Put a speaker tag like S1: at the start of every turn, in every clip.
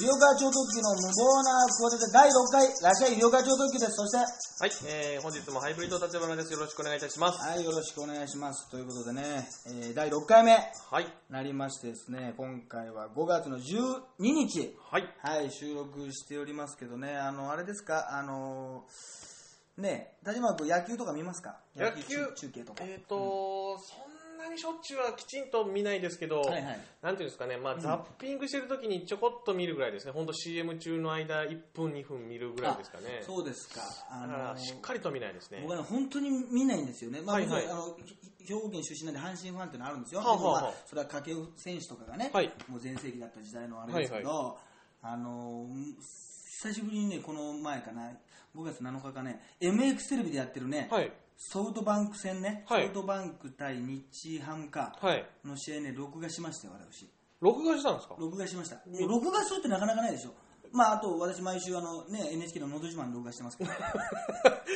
S1: 医療科超特急の無謀な小手で第6回、らっしゃい医療科超特急です。そして、は
S2: はい、えー、本日もハイブリッド立花です。よろしくお願いいたします。
S1: い、よろしくお願いします。ということでね、えー第6回目
S2: はい、
S1: なりましてですね、今回は5月の12日、
S2: はい、
S1: はい、収録しておりますけどね、あの、あれですか、あのーねえ、田島君、野球とか見ますか
S2: 野球
S1: 中中継とか。
S2: えっ、と、そんなにしょっちゅうはきちんと見ないですけど、
S1: はいはい
S2: なんていうんですかね、まあ、ザッピングしてる時にちょこっと見るぐらいですね。ほんと CM 中の間、1分、2分見るぐらいですかね。
S1: あそうですか。あ
S2: だ
S1: の
S2: か
S1: ー
S2: ら、しっかりと見ないですね。
S1: 僕はね、本当に見ないんですよね、まあ
S2: はいはい
S1: 僕あのひ兵庫県出身なんで阪神ファンっていうのはあるんですよ、
S2: はあはあ
S1: でもまあそれは掛布選手とかがね、
S2: はい
S1: もう全盛期だった時代のあれですけど、あのうん久しぶりにね、この前かな、5月7日かね、MX テレビでやってるね、
S2: はい、
S1: ソフトバンク戦ね、
S2: はい
S1: ソフトバンク対日ハムか
S2: はい。
S1: の試合ね、録画しましたよ、私。
S2: 録画したんですか
S1: 録画しました。もう録画するってなかなかないでしょ。まあ、あと私、毎週あの、ね、NHK の「のど自慢」録画してます けど、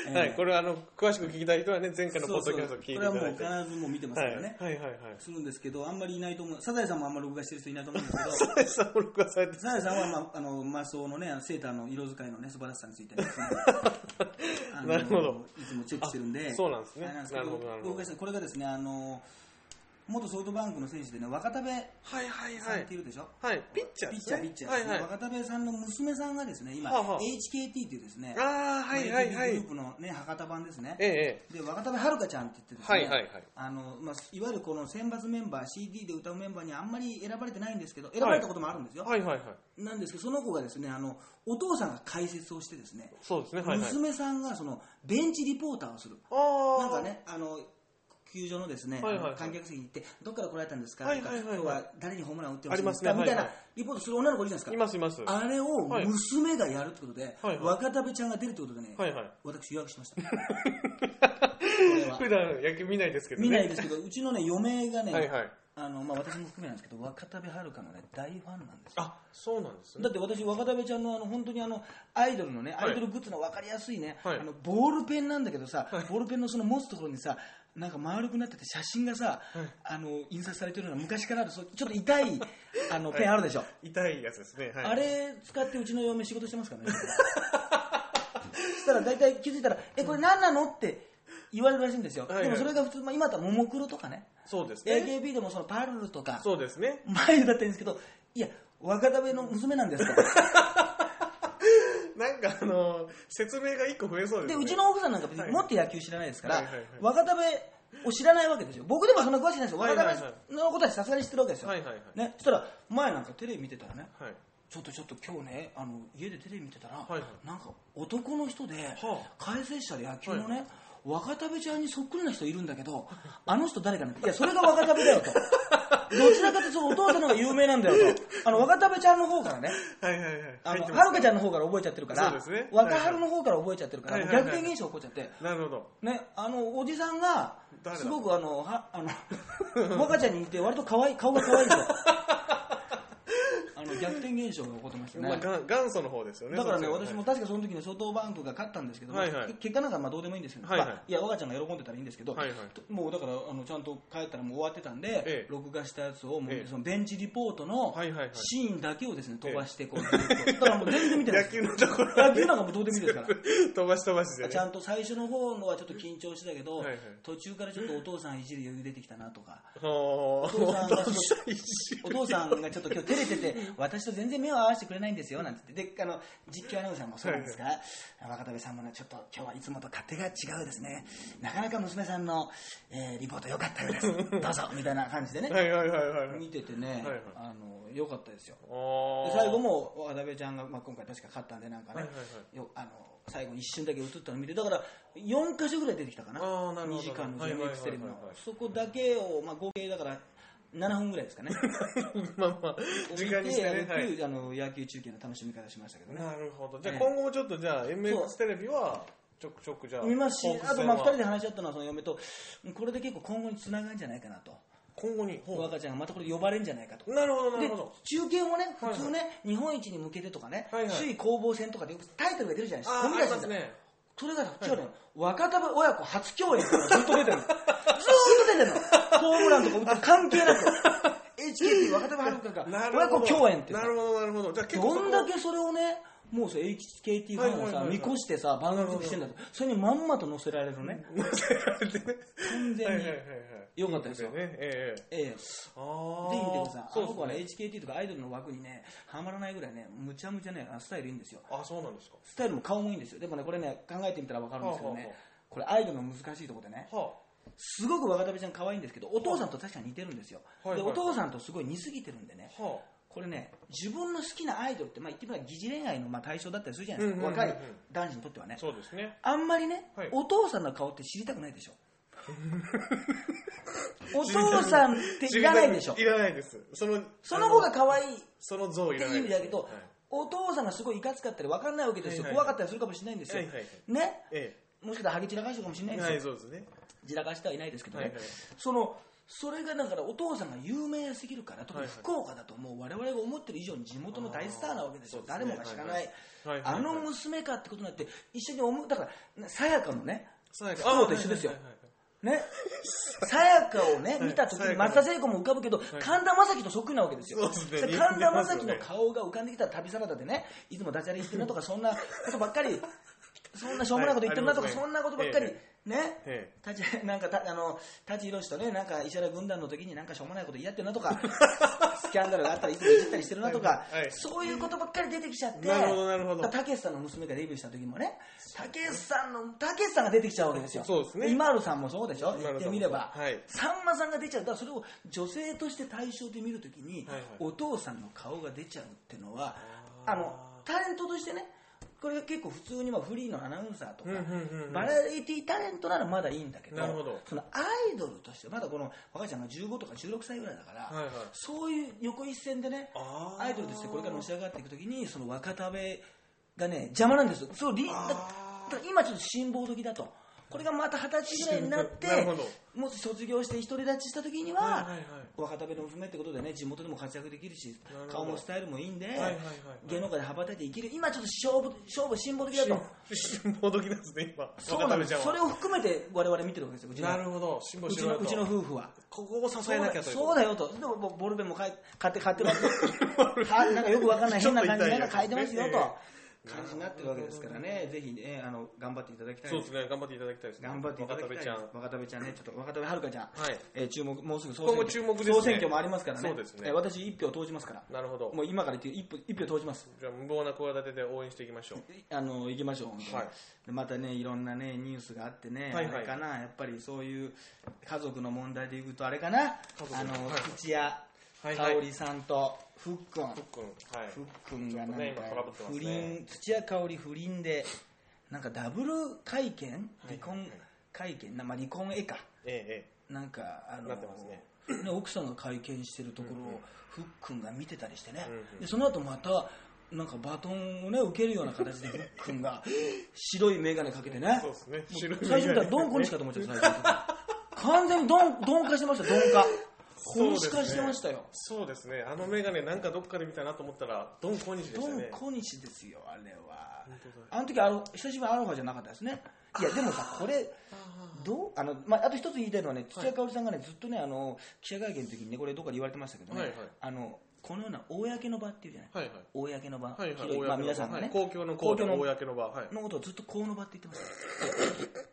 S1: えー
S2: はい、これあの、詳しく聞きたい人はね、前回のポ
S1: そう
S2: ッド
S1: そう
S2: キャストを聞いてい
S1: こ
S2: た
S1: れはもう
S2: だいて。
S1: 必ずもう見てます
S2: は
S1: か
S2: い、
S1: らね、
S2: はい、はい、はい。
S1: するんですけどあんまりいないと思うサザエさんもあんまり録画してる人いないと思うんです けど
S2: さあ録画されて
S1: サザエさんは、まあ、あのマスオのねあのセーターの色使いのね素晴らしさについてねあの
S2: なるほど
S1: いつもチェックしてるんで
S2: あ そうなんですね
S1: あれなんですけど
S2: なるほどなるほ
S1: 僕
S2: ど
S1: がですねこれがですねあの元ソフトバンクの選手でね若田部
S2: はい、はい、
S1: さ
S2: は
S1: んっ
S2: い
S1: てい。るでしょ、
S2: はい、ピッチャー
S1: ピ
S2: で
S1: ッ
S2: す
S1: チャ
S2: ね。
S1: ー、ピッチャーですね、
S2: はい、はい。
S1: 若田部さんの娘さんがですね、今、
S2: はあはあ
S1: HKT っていうですね、
S2: ああ、はい、はい、は
S1: AKB グ
S2: い
S1: ルー。プの、ね、博多版ですね、
S2: ええ、ええ。
S1: で若田部遥ちゃんって言ってですね、
S2: はいはいはい
S1: あのまあ、いわゆるこの選抜メンバー CD で歌うメンバーにあんまり選ばれてないんですけど選ばれたこともあるんですよ、
S2: はいはいはい。
S1: なんですけどその子がですねあのお父さんが解説をしてですね、
S2: そうですね、はいはい。
S1: 娘さんがそのベンチリポーターをする
S2: ああ。
S1: なんか。ねあの球場のですね、
S2: はいはいはい
S1: あの観客席に行ってどっから来られたんですか、
S2: はいはいはいはい
S1: とか今日は誰にホームラン打ってま
S2: ありますす
S1: か、
S2: ね
S1: みたい
S2: は
S1: ない
S2: はい
S1: リポートする女の子いるじゃない
S2: い
S1: ですか
S2: ますいます。
S1: あれを
S2: はい
S1: 娘がやるってことで、
S2: はいはい
S1: 若田部ちゃんが出るってことでね、
S2: はいはい。
S1: 私予約しました。れは
S2: 普段野球見ないですけどね。
S1: 見ないですけど、うちのね、嫁がね、
S2: はいはい。
S1: あのまあ、私も含めなんですけど、若田部遥のね、大ファンなんですよ。
S2: あ、そうなんですね
S1: だ。って私、若田部ちゃんのあの本当にあのアイドルのね、
S2: はい
S1: アイドルグッズの分かりやすいね、
S2: はい
S1: あのボールペンなんだけどさ、ボールペンのその持つところにさ、なんか丸くなってて写真がさ、あの印刷されてるのが昔からある、そうちょっと痛 いあのペンあるでしょ、
S2: 痛いやつですね。はい。
S1: あれ使ってうちの嫁仕事して ますからね。そしたら大体気づいたら、え、これ何なのって言われるらしいんですよ。
S2: はいはい
S1: でもそれが普通、まあ、今だったらももクロとかね、
S2: そうですね。
S1: AKB でもそのパルルとか、
S2: そうですね。
S1: 前だったらいいんですけど、いや、若田部の娘なんですと。
S2: なんかあの、説明が一個増えそうです
S1: で、
S2: ね。
S1: うちの奥さんなんか別
S2: は
S1: に
S2: い
S1: もっと野球知らないですから、
S2: はいはいはい
S1: 若田部を知らないわけですよ。僕でもそんな詳しくないですよ。
S2: は
S1: 若
S2: いはいはい
S1: 田部のことはさすがに知ってるわけですよ。
S2: はいはいはい
S1: ね、そしたら、前なんかテレビ見てたらね、
S2: はい。
S1: ちょっとちょっと今日ねあの家でテレビ見てたら、
S2: いはい
S1: なんか男の人で、
S2: は
S1: 解説者で野球のね、若田部ちゃんにそっくりな人いるんだけどあの人誰かねいやそれが若田部だよとどちらかというとお父さんの方が有名なんだよとあの若田部ちゃんの方からね
S2: はいはいはい。
S1: あ
S2: 入
S1: の
S2: って
S1: はる
S2: ます
S1: かちゃんの方から覚えちゃってるから、
S2: そうですね
S1: 若春の方から覚えちゃってるから、
S2: はいはい
S1: もう逆転現象起こっちゃって、
S2: なるほど。
S1: ね、あのおじさんが
S2: 誰だ
S1: すごくあのはあの 若ちゃんに似て割と可愛い顔が可愛 いんですよあの逆転現象が起こってましたね
S2: まあ、が元祖の方ですよね。
S1: だからね、
S2: そっち
S1: 私
S2: は
S1: も確かその時のソフトバンクが勝ったんですけども、
S2: はいはい
S1: け結果なんかまあどうでもいいんですけど、
S2: はいはい
S1: まあいや、若ちゃんが喜んでたらいいんですけど、
S2: はいはい
S1: ともうだからあのちゃんと帰ったらもう終わってたんで、
S2: ええ
S1: 録画したやつをもう、
S2: ええ
S1: そのベンチリポートの
S2: はいはいはい
S1: シーンだけをですね飛ばしてこう、ずっとだからもう全然見てない
S2: 野球のところ。
S1: 野球なんかもうどうでもいいですから。
S2: 飛ばし飛ばしで
S1: ちゃ
S2: ね。
S1: んと最初の方のはちょっと緊張してたけど、
S2: はいはい
S1: 途中からちょっとお父さんいじる余裕出てきたなと か、
S2: お
S1: 父さんがお父
S2: ん。
S1: さんがちょっと今日照れてて、私と全然目を合わせてくれないんですよなんて言って、であの実況アナウンサーもそうなんですが、若田部さんもね、ちょっと今日はいつもと勝手が違うですね、なかなか娘さんの、えーリポート良かったよう です、どうぞみたいな感じでね、
S2: はいはいはいはいはい。
S1: 見ててね
S2: はいはい、
S1: あの良かったですよ。
S2: お
S1: で最後も若田部ちゃんが、まあ、今回確か勝ったんで、なんかね、
S2: はいはいは
S1: よあの最後一瞬だけ映ったの見て、だから4箇所ぐらい出てきたかな、
S2: あーなるほど
S1: 2時間の全
S2: はいはいはいはいはい
S1: MX テレビの、そこだけを、まあ、合計だから7分ぐらいですかね。
S2: まあまあ、 時間にしてね。はい。
S1: あの野球中継の楽しみ方しましたけどね。
S2: なるほど。じゃあ
S1: ええ
S2: 今後もちょっとじゃあ
S1: そう
S2: MX テレビはちょくちょくじゃあ
S1: 見ますし
S2: ホー、クス
S1: あと
S2: 戦
S1: ま
S2: は
S1: あ2人で話し合ったのはその嫁と、これで結構今後につながるんじゃないかなと、
S2: 今後にほう
S1: 若ちゃんがまたこれ呼ばれるんじゃないかと。
S2: なるほどな
S1: で
S2: るほど。
S1: 中継もね、
S2: はい
S1: 普
S2: はい
S1: 通ね、日本一に向けてとかね、
S2: はいはい
S1: 首位攻防戦とかでよくタイトルが出るじゃないですか、
S2: あ
S1: ゴ
S2: ー
S1: ミ
S2: あ
S1: 出
S2: り
S1: しみた
S2: ます
S1: いな
S2: ね。
S1: それが違うのよ、若田部親子初共演っていうのがずっと出てるの、ずーっと出てるの、ホームランとか打って関係なく、HKT 若若手は遥かが
S2: なる
S1: 親
S2: ほ
S1: 子
S2: ど。
S1: 共演ってさ
S2: なるほど、なるほど。じゃあ結構
S1: ど
S2: そこ
S1: んだけそれをねもうさ HKT ファンを
S2: はいはいはい
S1: さ
S2: はい
S1: 見越してさ番組作してんだとそれにまんまと載せられるね完
S2: はい
S1: 全
S2: はい
S1: に
S2: はいはい。
S1: 良かったですよ
S2: ね、ええ。
S1: ええ
S2: ああ。
S1: ぜひ見てください。あ
S2: そう
S1: の子はね、
S2: ですね。
S1: HKT とかアイドルの枠にね、はまらないぐらいね、むちゃむちゃね、あスタイルいいんですよ。
S2: あ、そうなんですか。
S1: スタイルも顔もいいんですよ。でもね、これね、考えてみたらわかるんですけど
S2: はあ
S1: ね
S2: はあは、
S1: これアイドルの難しいところでね、
S2: は
S1: すごく若旅ちゃん可愛いんですけど、お父さんと確かに似てるんですよ。
S2: はい
S1: で、
S2: はい
S1: お父さんとすごい似すぎてるんでね、
S2: あ。は
S1: これね、自分の好きなアイドルって、まあ言ってみれば疑似恋愛のまあ対象だったりするじゃないですか、
S2: うんうんうんうん
S1: 若い男子にとってはね
S2: あ。。そうですね。
S1: あんまりね、
S2: はい
S1: お父さんの顔って知りたくない でしょ。お父さんっていらないでしょ
S2: い。らないです。その、
S1: その方が
S2: あの、
S1: 可愛い
S2: その像い
S1: って
S2: ら
S1: い
S2: な
S1: う
S2: い
S1: 意
S2: で
S1: 味だ
S2: す。
S1: けど、
S2: はい
S1: お父さんがすごいいかつかったり分かんないわけですよ、
S2: はいはい
S1: 怖かったりするかもしれないんですよ、
S2: はいはいはい
S1: ね
S2: え
S1: もしかしたらハゲ散らかしてるかもしれない
S2: え。
S1: んです
S2: は
S1: よ、
S2: い、そうですね。
S1: 散らかしてはいないですけどね、
S2: はいはい
S1: そのそれがだからお父さんが有名すぎるから特に
S2: はいはい
S1: 福岡だともう我々が思ってる以上に地元の大スターなわけですよ、
S2: あー
S1: 誰もが知らない,、
S2: はいはいはいはいはい
S1: あの娘かってことになって一緒に思うだからさやかの ね
S2: そうです
S1: 福岡と一緒ですよ
S2: はいはいはい
S1: ね、さやかをね、
S2: はい
S1: 見た時
S2: さ
S1: に
S2: やか
S1: 松田聖子も浮かぶけど、神田正輝とそっくりなわけですよ。
S2: そうですね
S1: それ
S2: 似てます
S1: 神田
S2: よね
S1: 正輝の顔が浮かんできたら旅サラダでね、いつもダジャレ言ってるなとか、そんなことばっかり、そんなしょうもないこと言ってるなとか、
S2: はいありますね
S1: そんなことばっかり
S2: え、
S1: ね、
S2: ええ
S1: 立ち なんかたあの舘ひろしとね、なんか石原軍団の時になんかしょうもないこと言い合ってるなと か、スキャンダルがあったらいつもいじったりしてるなとか、
S2: はいはい
S1: そういうことばっかり出てきちゃって、
S2: なるほどなるほど
S1: たけしさんの娘がデビューした時もね、たけしさんの、たけしさんが出てきちゃうわけですよ。
S2: そうですね
S1: 今丸さんもそうでしょ
S2: 今
S1: 言っ
S2: の
S1: てみれば、
S2: はい
S1: さんまさんが出ちゃうだからそれを女性として対象で見るときに、
S2: はいはい
S1: お父さんの顔が出ちゃうっていうのはあのタレントとしてねこれ結構普通にまあフリーのアナウンサーとか、
S2: うんうんうんうん
S1: バラエティタレントならまだいいんだけど
S2: なるほど
S1: そのアイドルとしてまだこの若ちゃんが15とか16歳ぐらいだから、
S2: はいはい
S1: そういう横一線でね
S2: あー
S1: アイドルとしてこれからのし上がっていくときにその若田部がね邪魔なんですよそうリだだから今ちょっと辛抱時だとこれがまた二十歳ぐらいになって
S2: なるほど
S1: もし卒業して独り立ちした時には、
S2: はいはいはい
S1: 若田部の娘ってことでね地元でも活躍できるし
S2: るほど
S1: 顔もスタイルもいいんで、
S2: いはいはい
S1: 芸能界で羽ばたいて生きる今ちょっと勝負勝負辛抱的だと
S2: 辛抱時なんですね、今。
S1: そうなんです
S2: 若田部ちゃは
S1: それを含めて我々見てるわけですようちの
S2: なるほど、辛
S1: う
S2: 抱
S1: ち
S2: しろ
S1: の
S2: よと
S1: うちの夫婦は。
S2: ここを支
S1: そう
S2: え
S1: だ
S2: なき
S1: よ
S2: ゃという
S1: そうだよと、でもボボールペンも買い買って買って ますはなんかよくわかんない変な感じでなんか書いてますよと
S2: ちょっと痛いよ
S1: 感じになってるわけですからね、ぜひねあの頑張っていただきたい
S2: そう
S1: で
S2: ですすね、頑張っていただきたいですね。
S1: 頑張っていただきたいです
S2: 若田部ちゃん。
S1: 若田部ちゃんね、ちょっと若田部はるかちゃん、
S2: はい
S1: えー注目もうすぐ総
S2: こ
S1: 選
S2: こ
S1: 挙
S2: も注目ですね
S1: 総選挙もありますからね、
S2: そうですね
S1: えー私、一票投じますから、
S2: なるほど。
S1: もう今から言って一票一票投じます。
S2: じゃあ、無謀な企てで応援していきましょう。
S1: あの行きましょう、本当に
S2: はい
S1: でまたね、いろんな、ね、ニュースがあってね、
S2: はいはい
S1: あれかな、やっぱりそういう家族の問題でいうと、あれかな、
S2: 族
S1: あの
S2: はい
S1: 土屋
S2: はい
S1: 香
S2: はい
S1: 織さんとふっくん、
S2: ふっくん、はい。
S1: ふっくんがなん
S2: ちょっとね今トラブ
S1: か
S2: ってます
S1: 不
S2: ね
S1: 倫、土屋香織不倫で、なんかダブル会見、離婚会見、なまあ、離婚絵か。
S2: ええ、
S1: なんかあの
S2: なってますね
S1: ね奥さんが会見してるところをふっくんが見てたりしてね、
S2: うん
S1: でその後またなんかバトンをね受けるような形 でふっくんが白い眼鏡かけてね
S2: そうですね
S1: もう
S2: 白い眼
S1: 最
S2: 鏡
S1: 初見たらドンコにしかと思っちゃった最初完全にドンドン化してましたドン化
S2: ええ。
S1: 本視化してましたよ、
S2: そうですね。そうですね。あのメガネなんかどっかで見たなと思ったら、ドン小西でし
S1: ド
S2: た
S1: ン
S2: ね。
S1: 小西ですよあれは
S2: 当だ
S1: あの時あの久しぶりにアロハじゃなかったですねいやでもさこれどうあの、まあ、あと一つ言いたいのはね土屋香織さんがねずっとねあの記者会見の時にねこれどっかで言われてましたけどね、
S2: はいはい
S1: あのこのような公の場っていうじゃない、
S2: はいはい。
S1: 公の場、
S2: はいはい。
S1: 広いまあ、皆さんがね、
S2: 公共の
S1: 共
S2: 公共の
S1: の
S2: 公の場。はい。
S1: のことをずっと公の場って言ってます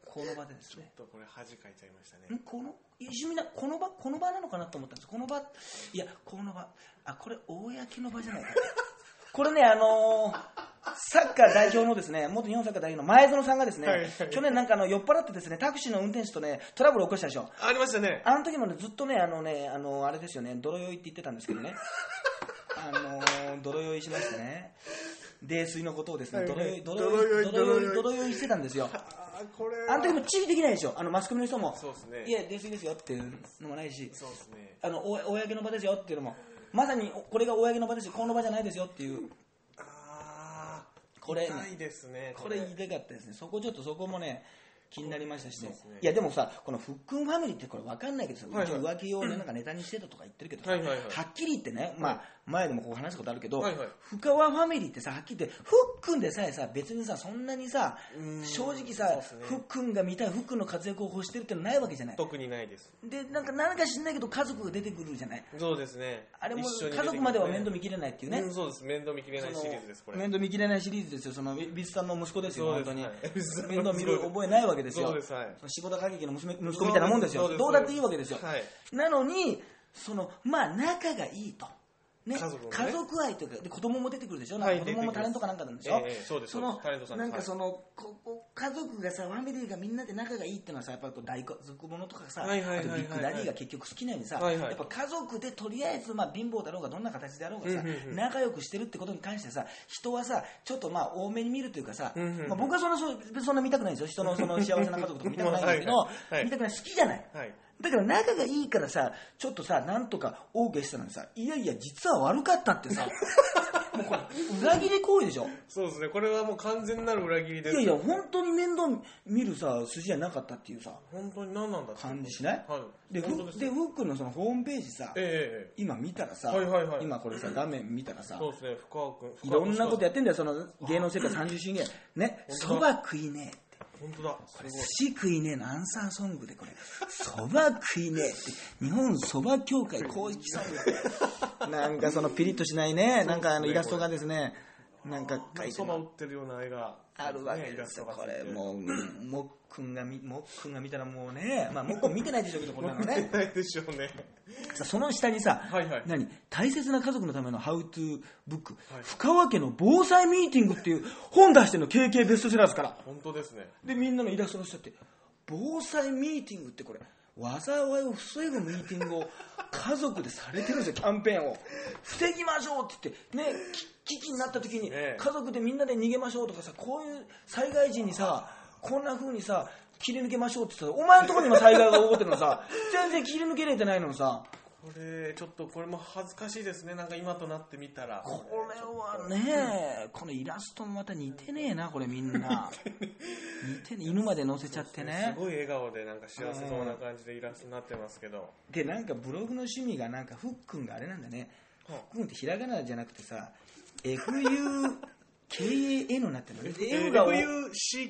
S1: 公の場でですね
S2: ちょっとこれ恥かいちゃいましたね。
S1: んこの一瞬みんなこの場この場なのかなと思ったんですこの場いやこの場あこれ公の場じゃないか これねあのーサッカー代表のですね元日本サッカー代表の前園さんがですね、
S2: はいはい
S1: 去年なんかあの酔っ払ってですねタクシーの運転手とねトラブル起こしたでしょ
S2: ありましたね。
S1: あの時もねずっとねあのねあのあれですよね泥酔いって言ってたんですけどねあのー泥酔いしましてね泥酔のことをですね
S2: はい
S1: 泥
S2: は
S1: 酔
S2: い
S1: い泥酔い泥酔
S2: 泥酔
S1: い
S2: い
S1: 泥酔いしてたんですよ
S2: あーこれは
S1: あの時も注意できないでしょ、あのマスコミの人も、
S2: そうですね
S1: いや、泥酔ですよっていうのもないし、
S2: そうですね。
S1: あのお公の場ですよっていうのも、まさにおこれが公の場ですよ、この場じゃないですよっていう、
S2: ああ、
S1: これね
S2: 痛いですね。
S1: これ、痛かったですね、そこちょっとそこもね、気になりましたしね
S2: そうですね
S1: いやでもさこのふっくんファミリーってこれ分かんないけどさ、
S2: はいはいう
S1: ちは浮気を ねなんかネタにしてたとか言ってるけどさ、
S2: はいはいはい
S1: っきり言ってね、まあ、前でもここ話したことあるけど、
S2: はいはい
S1: 深川ファミリーってさはっきり言ってふっくんでさえさ別にさそんなにさ
S2: うん
S1: 正直さ、
S2: そうですね
S1: ふっくんが見たいふっくんの活躍を欲してるってのないわけじゃない
S2: 特にないです
S1: でなんか何か知んないけど家族が出てくるじゃない
S2: そうですね
S1: あれも
S2: 一緒
S1: 家
S2: に出てくる
S1: 族までは面倒見きれないっていうね、
S2: うんそうです面倒見きれないシリーズですこれ
S1: 面倒見きれないシリーズですよ、そのビビスさんの息子ですよ、
S2: そう
S1: 本
S2: です
S1: 当に
S2: はい。
S1: 面倒見る覚えないわけですよ、
S2: そうですはい
S1: その仕事過激の娘息子みたいなもんですよ、
S2: そうです
S1: どうだっていいわけですよ、
S2: はい
S1: なのに、そのまあ、仲がいいと、ね
S2: 家族もね
S1: 愛というかで、子供も出てくるでしょ、
S2: はい
S1: なんか子供もタレントかなんかなんでしょ、
S2: ええええそうです
S1: の
S2: そうですタレントさんです
S1: なんかその、ここ家族がさ、ファミリーがみんなで仲がいいっていうのはさ、やっぱりこう大家族ものとかさ、あと
S2: は
S1: ビ
S2: いはいはいはい
S1: ッグダディが結局好きなようにさ、
S2: はいは
S1: や
S2: い
S1: っぱ家族でとりあえず、まあ、貧乏だろうが、どんな形であろうがさ
S2: うんうんう、ん
S1: 仲良くしてるってことに関してさ、人はさ、ちょっとまあ多めに見るというかさ、
S2: うんうん
S1: まあ、僕はそんなそうそんな見たくないんですよ、人のその幸せな家族とか見たくないんだ けど、
S2: はいはいはい
S1: 見たくない、好きじゃない。
S2: はい
S1: だから仲がいいからさ、ちょっとさ、なんとか OK したのにさ、いやいや、実は悪かったって さ、もうこれ、裏切り行為でしょ。
S2: そうですねこれはもう完全なる裏切りで
S1: い
S2: す
S1: やいや、本当に面倒見るさ、筋じゃなかったっていうさ、
S2: 本当に何なんだって
S1: 感じしない
S2: はい
S1: で、ふ
S2: 本当です
S1: でふっくんのそのホームページさ、
S2: えええ
S1: 今見たらさ、
S2: はいはいはい
S1: 今これさ、画面見たら
S2: え
S1: さ、
S2: そうですね深川君
S1: いろんなこと
S2: や
S1: やってんだよ、その芸能生活30周年。ね、
S2: 本当
S1: そ
S2: だ
S1: ば食いねえって。
S2: 本当だ
S1: こ
S2: す
S1: れ
S2: ごい
S1: 寿司食いねえのアンサーソングでこれそば食いねえって日本そば協会公式ソングなんかそのピリッとしないねなんかあのイラストがですねなんか書いて
S2: そ
S1: る
S2: ば売ってるような絵が
S1: あるわけ
S2: ねイ
S1: で
S2: ラ
S1: す
S2: スト
S1: よ
S2: がつい
S1: こ
S2: てる
S1: れもううんもっくんが見もっくんが見たらもうねまあもっくん見てないでしょうけどこんなの
S2: 売っ
S1: ね
S2: て ないでしょうね
S1: さその下にさ、
S2: はいはい
S1: 何大切な家族のためのハウトゥーブック、深川家の防災ミーティングっていう本出してるの KK ベストセラーですから
S2: 本当ですね
S1: でみんなのイラストの人って防災ミーティングってこれ災いを防ぐミーティングを家族でされてるん ですよキャンペーンを防ぎましょうって言ってねき危機になった時に
S2: ね
S1: 家族でみんなで逃げましょうとかさこういう災害時にさこんな風にさ切り抜けましょうって言ってたお前のところにも災害が起こってるの さ全然切り抜けれてないのにさ
S2: これちょっとこれも恥ずかしいですねなんか今となってみたら
S1: これはねこのイラストもまた似てねえなこれみんな似てね犬まで乗せちゃってね
S2: すごい笑顔でなんか幸せそうな感じでイラストになってますけど
S1: でなんかブログの趣味がなんかふっくんがあれなんだね、
S2: はい
S1: ふっくんってひらがなじゃなくてさ FUKAN になってるのね F が
S2: FUCKN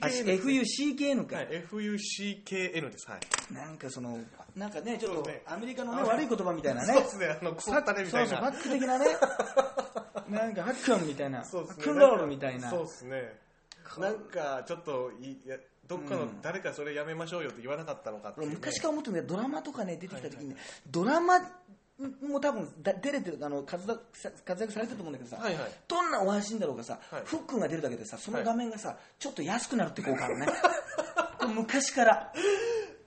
S1: あ FUCKN か、
S2: はい FUCKN ですはい
S1: なんかそのなんかねちょっ
S2: そ
S1: と
S2: うね
S1: アメリカの、ね、
S2: あ
S1: 悪い言葉みたいなね
S2: そうですねあの腐ったねみたい
S1: そうそうバッ
S2: な
S1: ク的なねなんかハックンみたいな
S2: そうですね
S1: ハックンロールみたいな
S2: そうですねなんかちょっといいやどっかの誰かそれやめましょうよって言わなかったのかっていうね
S1: 昔から思ってるんだけどドラマとかね出てきた時にね、ドラマも多分だ出れてるあの活躍さ活躍されてると思うんだけどさ、
S2: はいはい
S1: どんなお話にだろうがさ、
S2: はい
S1: フックンが出るだけでさその画面がさ、ちょっと安くなるって効果あ るねこれ昔から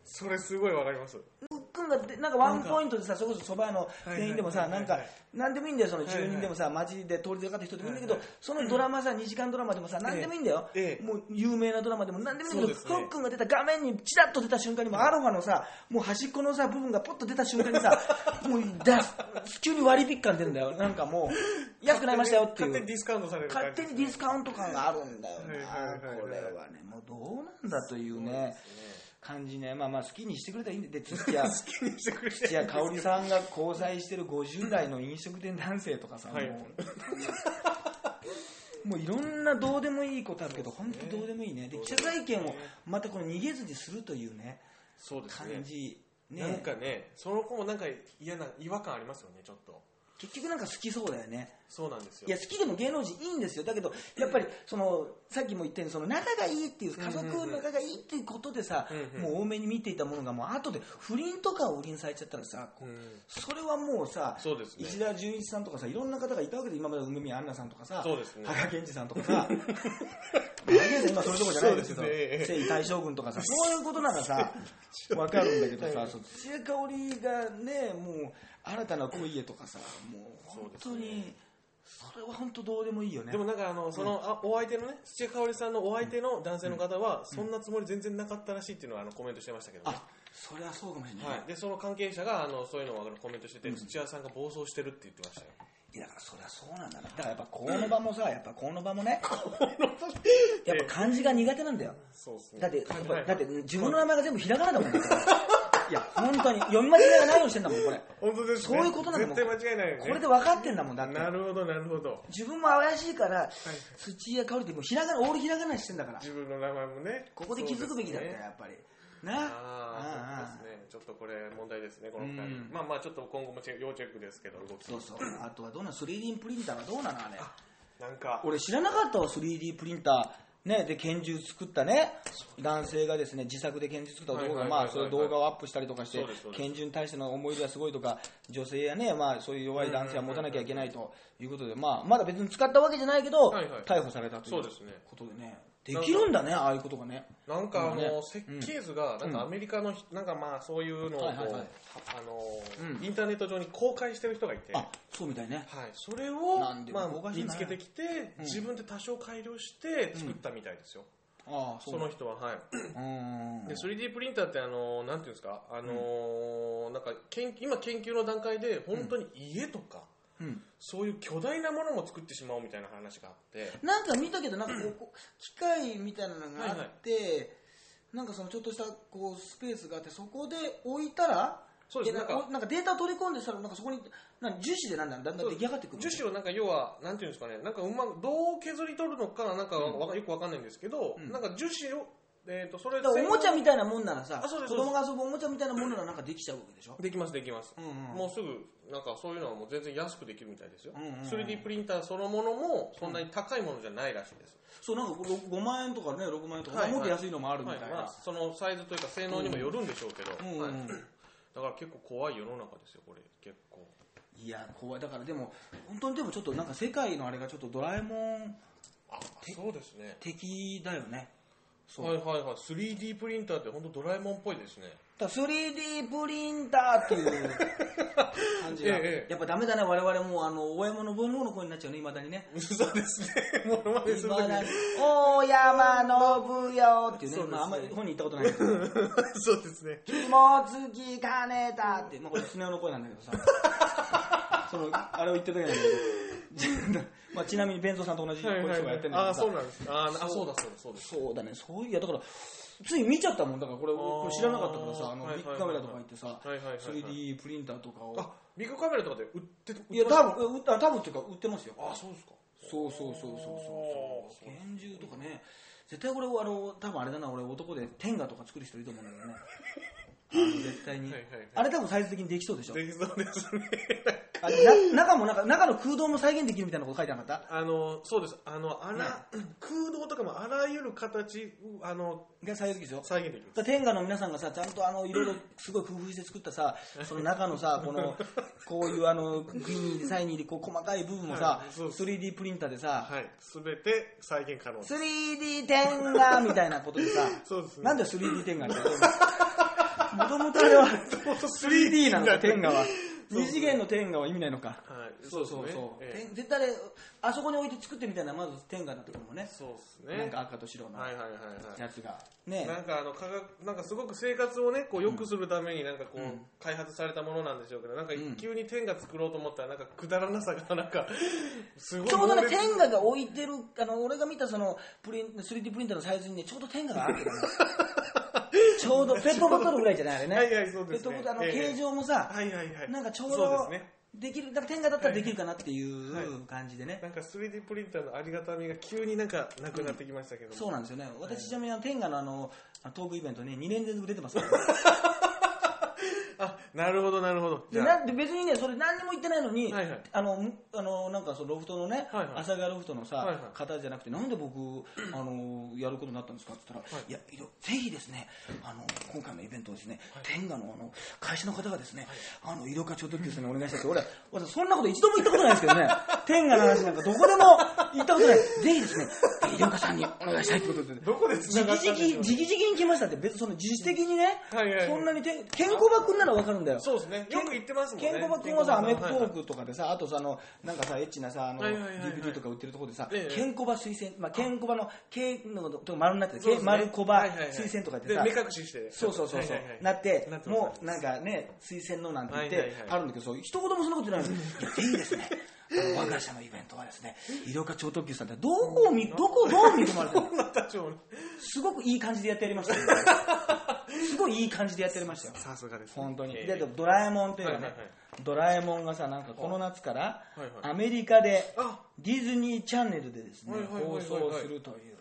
S2: それすごいわかります
S1: フックンがでなんかワンポイントでさそれこそ蕎麦屋の店員でもさ
S2: はいは
S1: ないん
S2: はいはい
S1: か何でもいいんだよその
S2: はい
S1: 住人でもさ街で通りでかった人でもいいんだけど
S2: はいは
S1: そのドラマさ2時間ドラマでもさ何でもいいんだよ
S2: ええ
S1: もう有名なドラマでも何でもいいんだけど
S2: そう
S1: フ
S2: ですね
S1: ックンが出た画面にチラッと出た瞬間にもうアロハのさもう端っこのさ部分がポッと出た瞬間に さもうだ急に割引感出るんだよなんかもう安くなりましたよっていう
S2: 勝手にディスカウントされる
S1: 勝
S2: 感じ
S1: 手にディスカウント感があるんだよな、
S2: はいはいはいはい
S1: これはね、もうどうなんだというね、感じね、まあまあ、好きにしてくれたらいいんで、土 屋
S2: 気にしてくれ
S1: 土
S2: て
S1: 屋かおりさんが交際してる50代の飲食店男性とかさ、
S2: はい
S1: もう。 もういろんなどうでもいいことあるけど、本当どうでもいいね。で、記者会見をまたこの逃げずにするというね、
S2: そうですね
S1: 感じ。
S2: なん
S1: ね、
S2: かねその子もなんか嫌な違和感ありますよねちょっと
S1: 結局なんか好きそうだよね。
S2: そうなんですよ
S1: いや好きでも芸能人いいんですよだけどやっぱりそのさっきも言ったようにその仲がいいっていう家族の仲がいいっていうことでさ
S2: うんうんうん
S1: もう多めに見ていたものがもう後で不倫とかを売りにされちゃったらさ
S2: うん
S1: それはもうさ
S2: そうですね
S1: 石田純一さんとかさいろんな方がいたわけで今まで梅宮アンナさんとかさ
S2: そうですね
S1: 羽賀健二さんとか さ羽賀健二さん今それどころじゃないですけど
S2: そうです
S1: 征夷大将軍とかさそういうことなら さわかるんだけどさそう土屋香織がねもう新たな恋へとかさもう本当
S2: そうです
S1: にそれは本当どうでもいいよね
S2: でもなんかあのその、あお相手のね土屋香織さんのお相手の男性の方は、そんなつもり全然なかったらしいっていうのはあのコメントしてましたけどね
S1: あそれはそうかもしれない、
S2: はい、でその関係者があのそういうのをあのコメントしてて、土屋さんが暴走してるって言ってましたよ
S1: いやだからそりゃそうなんだなだからやっぱこの場もさやっぱこの場も ねやっぱ漢字が苦手なんだよ
S2: そうですね。
S1: だってや
S2: 感
S1: っ
S2: じな
S1: ぱ
S2: い
S1: だって自分の名前が全部ひらがなだ もん、ね、いや本当に読み間違いがないようにしてんだもんこれ
S2: 本当です、ね。
S1: そういうことなんだもん
S2: 絶対間違いないよね。
S1: これで分かってんだもんだって
S2: なるほど、なるほど。
S1: 自分も怪しいから土屋香織ってもうひらがなオールひらがなにしてんだから
S2: 自分の名前もね。
S1: ここで気づくべきだったよ
S2: そうですね
S1: やっぱりな
S2: ああ、
S1: あ
S2: そうですね。ちょっとこれ問題ですね、この二
S1: うん
S2: 人。まあまあ、ちょっと今後もチェ要チェックですけど、動き。
S1: そうそうあとはどうなの 3D プリンターはどうなのあれ
S2: なんか、
S1: 俺知らなかったわ 3D プリンターね、で拳銃作ったね男性がですね自作で拳銃作った男
S2: は
S1: が
S2: いはいはいはい
S1: まあそういう動画をアップしたりとかして
S2: そうですそうです
S1: 拳銃に対しての思い入れはすごいとか女性やねまあそういう弱い男性は持たなきゃいけないということでまあまだ別に使ったわけじゃないけど
S2: はいはい
S1: 逮捕されたとい
S2: そう
S1: う
S2: ですね。
S1: ことでねできるんだねああいうことがね
S2: なんかあ
S1: ね
S2: の設計図がなんかアメリカのひなんかまあそういうのをこう
S1: は
S2: あ
S1: いはいはい
S2: の
S1: うん
S2: インターネット上に公開してる人がいて、はい
S1: あ、そうみたいね
S2: それを
S1: なんで
S2: ま
S1: 公
S2: あ
S1: 開して
S2: 見
S1: ない
S2: つけてきて
S1: うん
S2: 自分で多少改良して作ったみたいですよ。
S1: ああそ
S2: そうの人ははい。
S1: うん
S2: で 3D プリンターってあのなんていうんですかあのなんか研究今研究の段階で本当に家とか
S1: うん
S2: そういう巨大なものも作ってしまおうみたいな話があって。
S1: なんか見たけど、なんかこう、こう機械みたいなのがあって、なんかそのちょっとしたこうスペースがあって、そこで置いたら、
S2: そうです
S1: えなん
S2: な
S1: か
S2: んか
S1: おなんかデータを取り込んでしたら、なんかそこになんか樹脂でなんだんだんだん出来上がってくるの。
S2: 樹脂をなんか要はなんていうんですかねなんかうまくどう削り取るのかなんかわかよくわかんないんですけど、
S1: うん
S2: なんか樹脂をえっ、とそれ
S1: だからおもちゃ
S2: 専
S1: みたいなもんならさ、
S2: あそうで
S1: 子
S2: すそうで
S1: 供
S2: す
S1: が遊ぶおもちゃみたいなものならなんかできちゃうわけでしょ
S2: 用。できますできます、
S1: うんうん
S2: もうすぐなんかそういうのはもう全然安くできるみたいですよ、
S1: うんうんうん
S2: 3D プリンターそのものもそんなに高いものじゃないらしいです、
S1: そう、なんかこう5万円とかね、6万円とか、
S2: はいはい
S1: もっと安いのもあるみ
S2: は
S1: た
S2: い
S1: いな。
S2: まあ、そのサイズというか性能にもよるんでしょうけど、
S1: うん
S2: は
S1: う
S2: い
S1: んうん
S2: だから結構怖い世の中ですよこれ結構
S1: いや、怖い。だからでも、本当にでもちょっとなんか世界のあれがちょっとドラえもん
S2: あそうですね
S1: 的だよね。そう
S2: はいはいはい 3D プリンターって本当ドラえもんっぽいですね
S1: だから 3D プリンターっていう感じが、
S2: ええええ
S1: やっぱダメだね我々もうあの大山の文豪の子になっちゃうねいまだにね
S2: そうですね。 モノマネ
S1: い
S2: するとき
S1: ま
S2: に
S1: だに大山のぶよっていうね
S2: そうですね
S1: まあ、あんまり本人言ったことないけ ど
S2: そうですね。
S1: 肝付きかねたって、まあ、これスネ夫の声なんだけどさ そのあれを言ってたけど まあ、ちなみに弁当さんと同じ声とかやってんだけどさ、
S2: あ、そうなんです。あ、あそうだそうだそうです。
S1: そうだね、そういやだから、つい見ちゃったもん、だからこれ、
S2: ー
S1: これ知らなかったからさ、あの
S2: はいはい
S1: ビ
S2: はい
S1: ッグカメラとか行ってさ、
S2: いはいはいはい
S1: 3D プリンターとかを、
S2: あ、ビッグカメラとかで売って売って
S1: いや、
S2: ます
S1: 多分え売った多分っていうか、売ってますよ、
S2: あ、そうですか。
S1: そうそうそうそうそう、
S2: あー
S1: 拳銃とかね、絶対これ、あの多分あれだな、俺、男でテンガとか作る人いると思うんだけどね、あの絶対に、
S2: はいはいはい
S1: あれ、多分サイズ的にできそうでしょ、
S2: できそうですね。
S1: あのな中もなんか中の空洞も再現できるみたいなこと書いてなかった
S2: あの、そうです。あの、あら、空洞とかもあらゆる形、あの、
S1: が再現できるでしょ
S2: 再現できる。
S1: だから天下の皆さんがさちゃんとあのいろいろすごい工夫して作ったさその中のさこのこういうあのグリーンにサインにこう細かい部分もさ、
S2: はいそうです
S1: 3D プリンターでさ、
S2: はい。すべて再現可能です。
S1: 3D 天下みたいなことでさ
S2: そうですね
S1: なんで 3D 天下っても ともとあれは 3D なのか天下は
S2: そう
S1: 二次元の天下は意味ないのか
S2: はい。
S1: そうそうそう、
S2: ですねええ
S1: 天絶対あれあそこに置いて作ってみたいなまず天下だったと思うね
S2: そうですね。
S1: なんか赤と白の
S2: はいはいはいはい。
S1: やつが、ね
S2: なんかあの科学なんかすごく生活をねこう良くするためになんかこう、
S1: うん
S2: 開発されたものなんでしょうけどなんか
S1: ん
S2: 急に天が作ろうと思ったらなんかくだらなさがなんかすごい
S1: ちょうどね、
S2: 猛烈
S1: 天下が置いてる、あの、俺が見たその、プリン、3D プリンターのサイズにね、ちょうど天下があ ってたのちょうど、ペットボトルぐらいじゃないあれね。
S2: はいはいそうですね
S1: ペットボトル、あの、
S2: ええ
S1: 形状もさ、
S2: はいはいはい
S1: なんかちょう
S2: そ
S1: ど
S2: うですね、
S1: できる、だから天下だったらできるかなっていう
S2: はい
S1: 感じでね
S2: な。んか 3D プリンターのありがたみが急になんかなくなってきましたけども、
S1: そうなんですよね。私ちなみにあの天下のあの、あのトークイベントね、2年連続出てますから。
S2: あなるほどなるほどじ
S1: で
S2: ゃ
S1: な
S2: あ
S1: んで別にね、それ何にも言ってないのに、
S2: はいはい
S1: あの、むあのなんかそのロフトのね、
S2: はいはい
S1: 朝霞ロフトのさ、
S2: はいはい
S1: 方じゃなくて、なんで僕、 あのやることになったんですかって言ったら、い、や、いろぜひですね、あの今回のイベントをですね、天下のあの会社の方がですね、あの、医療課長特急さんにお願いしたって、俺、私そんなこと一度も言ったことないですけどね、 天下の話なんかどこでも言ったことない。ぜひですね、医療課さんにお願いしたいってことで、
S2: どこで
S1: じ
S2: 繋
S1: き
S2: がった
S1: じ
S2: んでし
S1: き
S2: ょう、
S1: じきじきに来ましたって、別にその自主的にね、
S2: はいはいはい
S1: そんなに天健康バッグならわかるんだよ。
S2: そうですねよく言ってますもんね
S1: ケンコバ君はさ、アメフト
S2: は
S1: ー
S2: い
S1: クとかでさ、あとさ、あの、なんかさ、エッチなさ、あの、
S2: はいはいはいはい
S1: DVD とか売ってるところでさ、
S2: ええ
S1: ケンコバ推薦、まあ、ケンコバの、K のこととか丸になって
S2: そう
S1: て、
S2: です
S1: K
S2: ね
S1: 丸コバ
S2: はいはいはい
S1: 推薦とかって
S2: で
S1: さ、
S2: 目隠しして
S1: そうそうそう、そう
S2: はいはいはい
S1: なって
S2: なっ、てます
S1: もうなんかね、推薦のなんて言っ
S2: はいは
S1: て
S2: いはい
S1: あるんだけど、そう一言もそんなことないのに、いや、ぜひですね、あの我が社のイベントはですね、医療科超特急さんってどこを見、どこをどう見てもらってるの
S2: こんなたちもね
S1: すごくいい感じでやってやりましたよ。すごいいい感じでやってやりましたよ。
S3: さすがですね。
S1: 本当に。
S2: ええ
S1: で、でもドラえもんというかね、
S2: はいはいはい
S1: ドラえもんがさ、なんかこの夏から、
S2: いはい
S1: アメリカで
S2: あ
S1: ディズニーチャンネルでですね、
S2: はいはいはいはい
S1: 放
S2: はい
S1: 送するという。
S2: なん
S1: な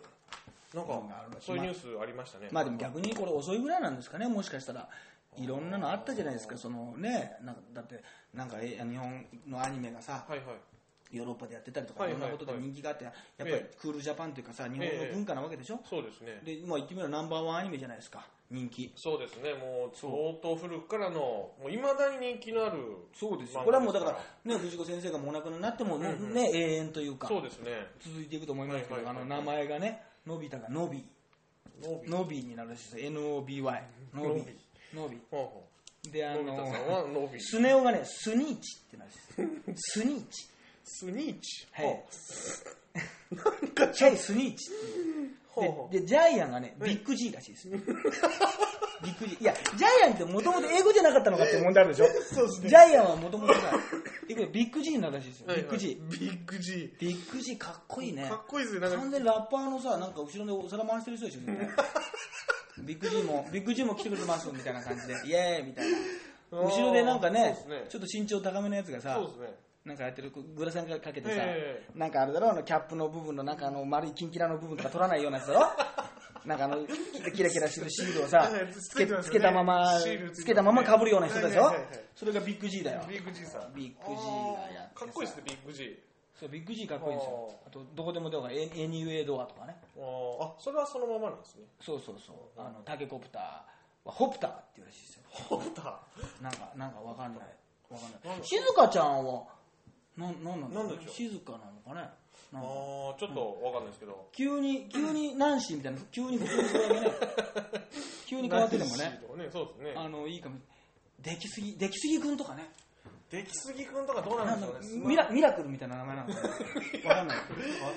S1: るほ
S2: か
S1: ど
S2: そういうニュースありましたね
S1: まあでも逆にこれ遅いぐらいなんですかね、もしかしたら。いろんなのあったじゃないですか、そのね、なんかだって、なんかえ日本のアニメがさ、
S2: はいはい
S1: ヨーロッパでやってたりとか、
S2: はいい
S1: ろ
S2: は
S1: ん
S2: い
S1: な
S2: はい
S1: ことで人気があって、やっぱり
S2: え
S1: クールジャパンというかさ、日本の
S2: ええ
S1: 文化なわけでしょ、
S2: そうですね
S1: でまあ、言ってみればナンバーワンアニメじゃないですか、人気。
S2: そうですねもう相当古くからのもういまだに人気のある
S1: そうですよ
S2: 漫画
S1: これはもうだから、ね、藤子先生がもうお亡くなりになっても、もう
S2: うんうん
S1: ね、永遠というか、
S2: そうですね
S1: 続いていくと思いますけど、
S2: はいはいはい
S1: あの名前がね、のび太がのび、
S2: ノビ
S1: のびになるらしいです、NOBY、のび、のび。
S2: ほうほ
S1: で、あ
S2: うのび太さん
S1: の、
S2: はノビ
S1: スネ夫がね、スニーチってなるらしいです。スニー チ。
S2: スニーチ
S1: はい。
S2: なんか
S1: チャイスニーチっていう
S2: ほうほう
S1: ででジャイアンがねビッグ G らしいですよビッグ G いやジャイアンってもともと英語じゃなかったのかっていう問題あるでしょ
S2: そうですね
S1: ジャイアンはもともとさ英語でビッグ G になるらしいですよビ
S2: はいはい
S1: ッグ G
S2: ビッグ G
S1: ビッグ G かっこいいね
S2: かっこいいですねなん
S1: 完
S2: か
S1: 全にラッパーのさなんか後ろでお皿回してる人でしょ自 分ねビッグ G もビッグ G も来てくれてますみたいな感じでイエーイみたいな後ろでなんかね
S2: そうです
S1: ちょっと身長高めのやつがさ
S2: そうですね
S1: なんかやってるグラサンかけてさ、
S2: え
S1: なんかあれだろあのキャップの部分の中の丸いキンキラの部分とか取らないようなやつだ ろなんかあのキラキラしてるシールをさ
S2: はいはい
S1: つ
S2: つ
S1: け
S2: けてます
S1: つ
S2: よね
S1: けたまま
S2: シールついてますね
S1: つけたままかぶるような人でしょ、
S2: はいはいはいはい
S1: それがビッグ G だよ
S2: ビッグ G さん
S1: ビッグ G がやってさ
S2: かっこいいですねビッグ G
S1: そうビッグ G かっこいいんですよ
S2: あ
S1: あとどこでもドアがエエニウェイドアとかね
S2: あーあそれはそのままなんですね
S1: そうそうそうあのタケコプターはホプターっていうらしいですよ
S2: ホプタ
S1: なんかなんかわかんないわかん
S2: な
S1: なんい
S2: だ
S1: 静香ちゃんはなんなんなんだろう
S2: なんでしょう
S1: 静香なのかねな
S2: あ
S1: んか
S2: あーちょっとわかんないですけど
S1: 急に、急にナンシーみたいな、急に普通にそれだ けね、急に変わってでも
S2: ナンシ
S1: ね、
S2: ーとかねそうですね
S1: あの、いいかも。できすぎ、できすぎくんとかね、
S2: 出来すぎくんとかどうな
S1: なんん
S2: で
S1: だ
S2: しょ
S1: ろ
S2: うね
S1: う
S2: スマ
S1: ミラミラクルみたいな名前な のかなわかんない。わか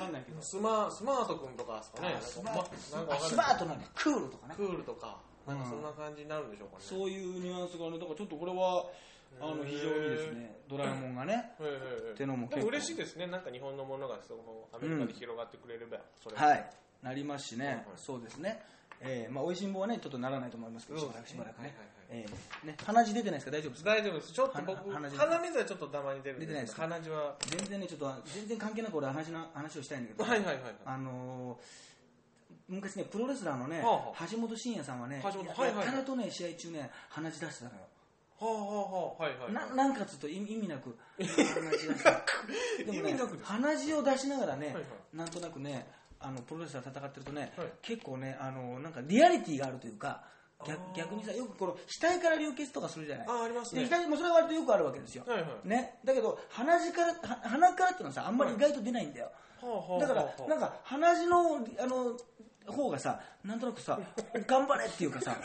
S1: んないけど。
S2: スマスマートくんとかですかね
S1: あスマ
S2: なんかなんか
S1: あ、
S2: わかん
S1: スマ
S2: ない
S1: ートなんだ、クールとかね
S2: ク。ールとかなんかそんな感じになるんでしょうかね
S1: そういうニュアンスがね、だからちょっとこれは、あの、
S2: へー
S1: 非常にですね、ドラえもんがね、
S2: へえへえ
S1: てのも結構
S2: でも嬉しいですねなんか日本のものがそのアメリカで広がってくれればそれは
S1: はい、なりますしね、
S2: はいはい
S1: そうですね。えー、まあ、美味しんぼはね、ちょっとならないと思いますけど、し
S2: そ
S1: ば
S2: う
S1: ら
S2: で
S1: く
S2: す
S1: し
S2: ね
S1: ばらくね。
S2: は
S1: えーね、鼻血出てないですか大丈夫ですか
S2: 大丈夫ですちょっと僕
S1: は鼻
S2: 鼻
S1: 血
S2: 水はちょっとたまに出るんです
S1: 出てないで
S2: けど
S1: すか
S2: 鼻血は
S1: 全然ねちょっと全然関係なく俺話の話をしたいんだけど、
S2: はいはいはいはい
S1: あのー昔ねプロレスラーのね、
S2: はあはあ
S1: 橋本真也さんはね
S2: 橋本
S1: や
S2: はいはいはい
S1: やたらとね試合中ね鼻血出してたのよ、
S2: はあはあはあはいはい
S1: な
S2: はい
S1: なんかちょっと意意味な く鼻血出したでも
S2: 意
S1: ね
S2: 味なくです
S1: 鼻血を出しながらね、
S2: はいはい
S1: なんとなくねあのプロレスラー戦ってるとね、
S2: はい
S1: 結構ねあのなんかリアリティがあるというか逆
S2: あー
S1: 逆にさよくこの額から流血とかするじゃない
S2: あーありますね
S1: で額もそれは割とよくあるわけですよ、
S2: はいはいは
S1: ね、だけど鼻血からは鼻からっていうのはさあんまり意外と出ないんだよ、
S2: あはあ
S1: だから
S2: はあはあ
S1: なんか鼻血のあの方がさなんとなくさ頑張れっていうかさ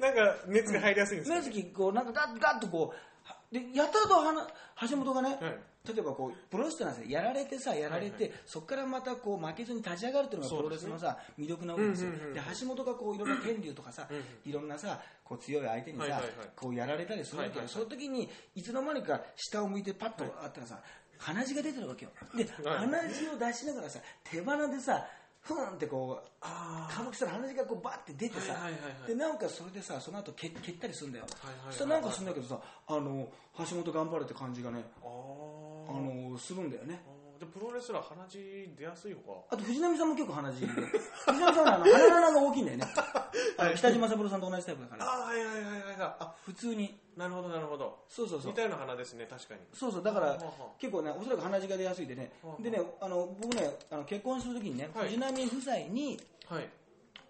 S2: なんか熱が入りやすいんですよ
S1: 目
S2: ね
S1: つきこうなんかガッガッとこうはでやたらと鼻橋本がね、例えばこうプロレスってのはさやられてさやられて、
S2: はい
S1: そこからまたこう負けずに立ち上がるっていうのがプロレスのさ、魅力なわけですよ、
S2: うんうんうんうん
S1: で橋本がこういろんな天竜とかさ、
S2: うんうん
S1: いろんなさこう強い相手にさ、
S2: はいはいはい
S1: こうやられたりするわけど、
S2: はいはいはい
S1: その時にいつの間にか下を向いてパッとあったらさ、鼻血が出てるわけよで、
S2: はい
S1: 鼻血を出しながらさ手鼻でさふーんってこう
S2: あ
S1: 歌舞伎したら鼻血がこうバッて出てさ、
S2: はいはいはいはい
S1: でなおかつそれでさその後蹴蹴ったりするんだよ、
S2: はいはいはいはい
S1: そしたらなんかするんだけどさあの橋本頑張れって感じがね
S2: あー
S1: あのするんだよね
S2: あーじゃあプロレスラー鼻血出やすいのか
S1: あと藤波さんも結構鼻血で藤波さんはあの鼻の穴が大きいんだよねあの北島三郎さんと同じタイプだから
S2: ああはいはいはいはいはいあ
S1: 普通に
S2: なるほどなるほど
S1: そうそうそ
S2: 似
S1: う
S2: たような鼻ですね確かに
S1: そうそうだから
S2: はあはあ
S1: 結構ねおそらく鼻血が出やすいでね
S2: はあはあ
S1: でねあの僕ねあの結婚するときにね
S2: はい
S1: 藤波夫妻に
S2: はい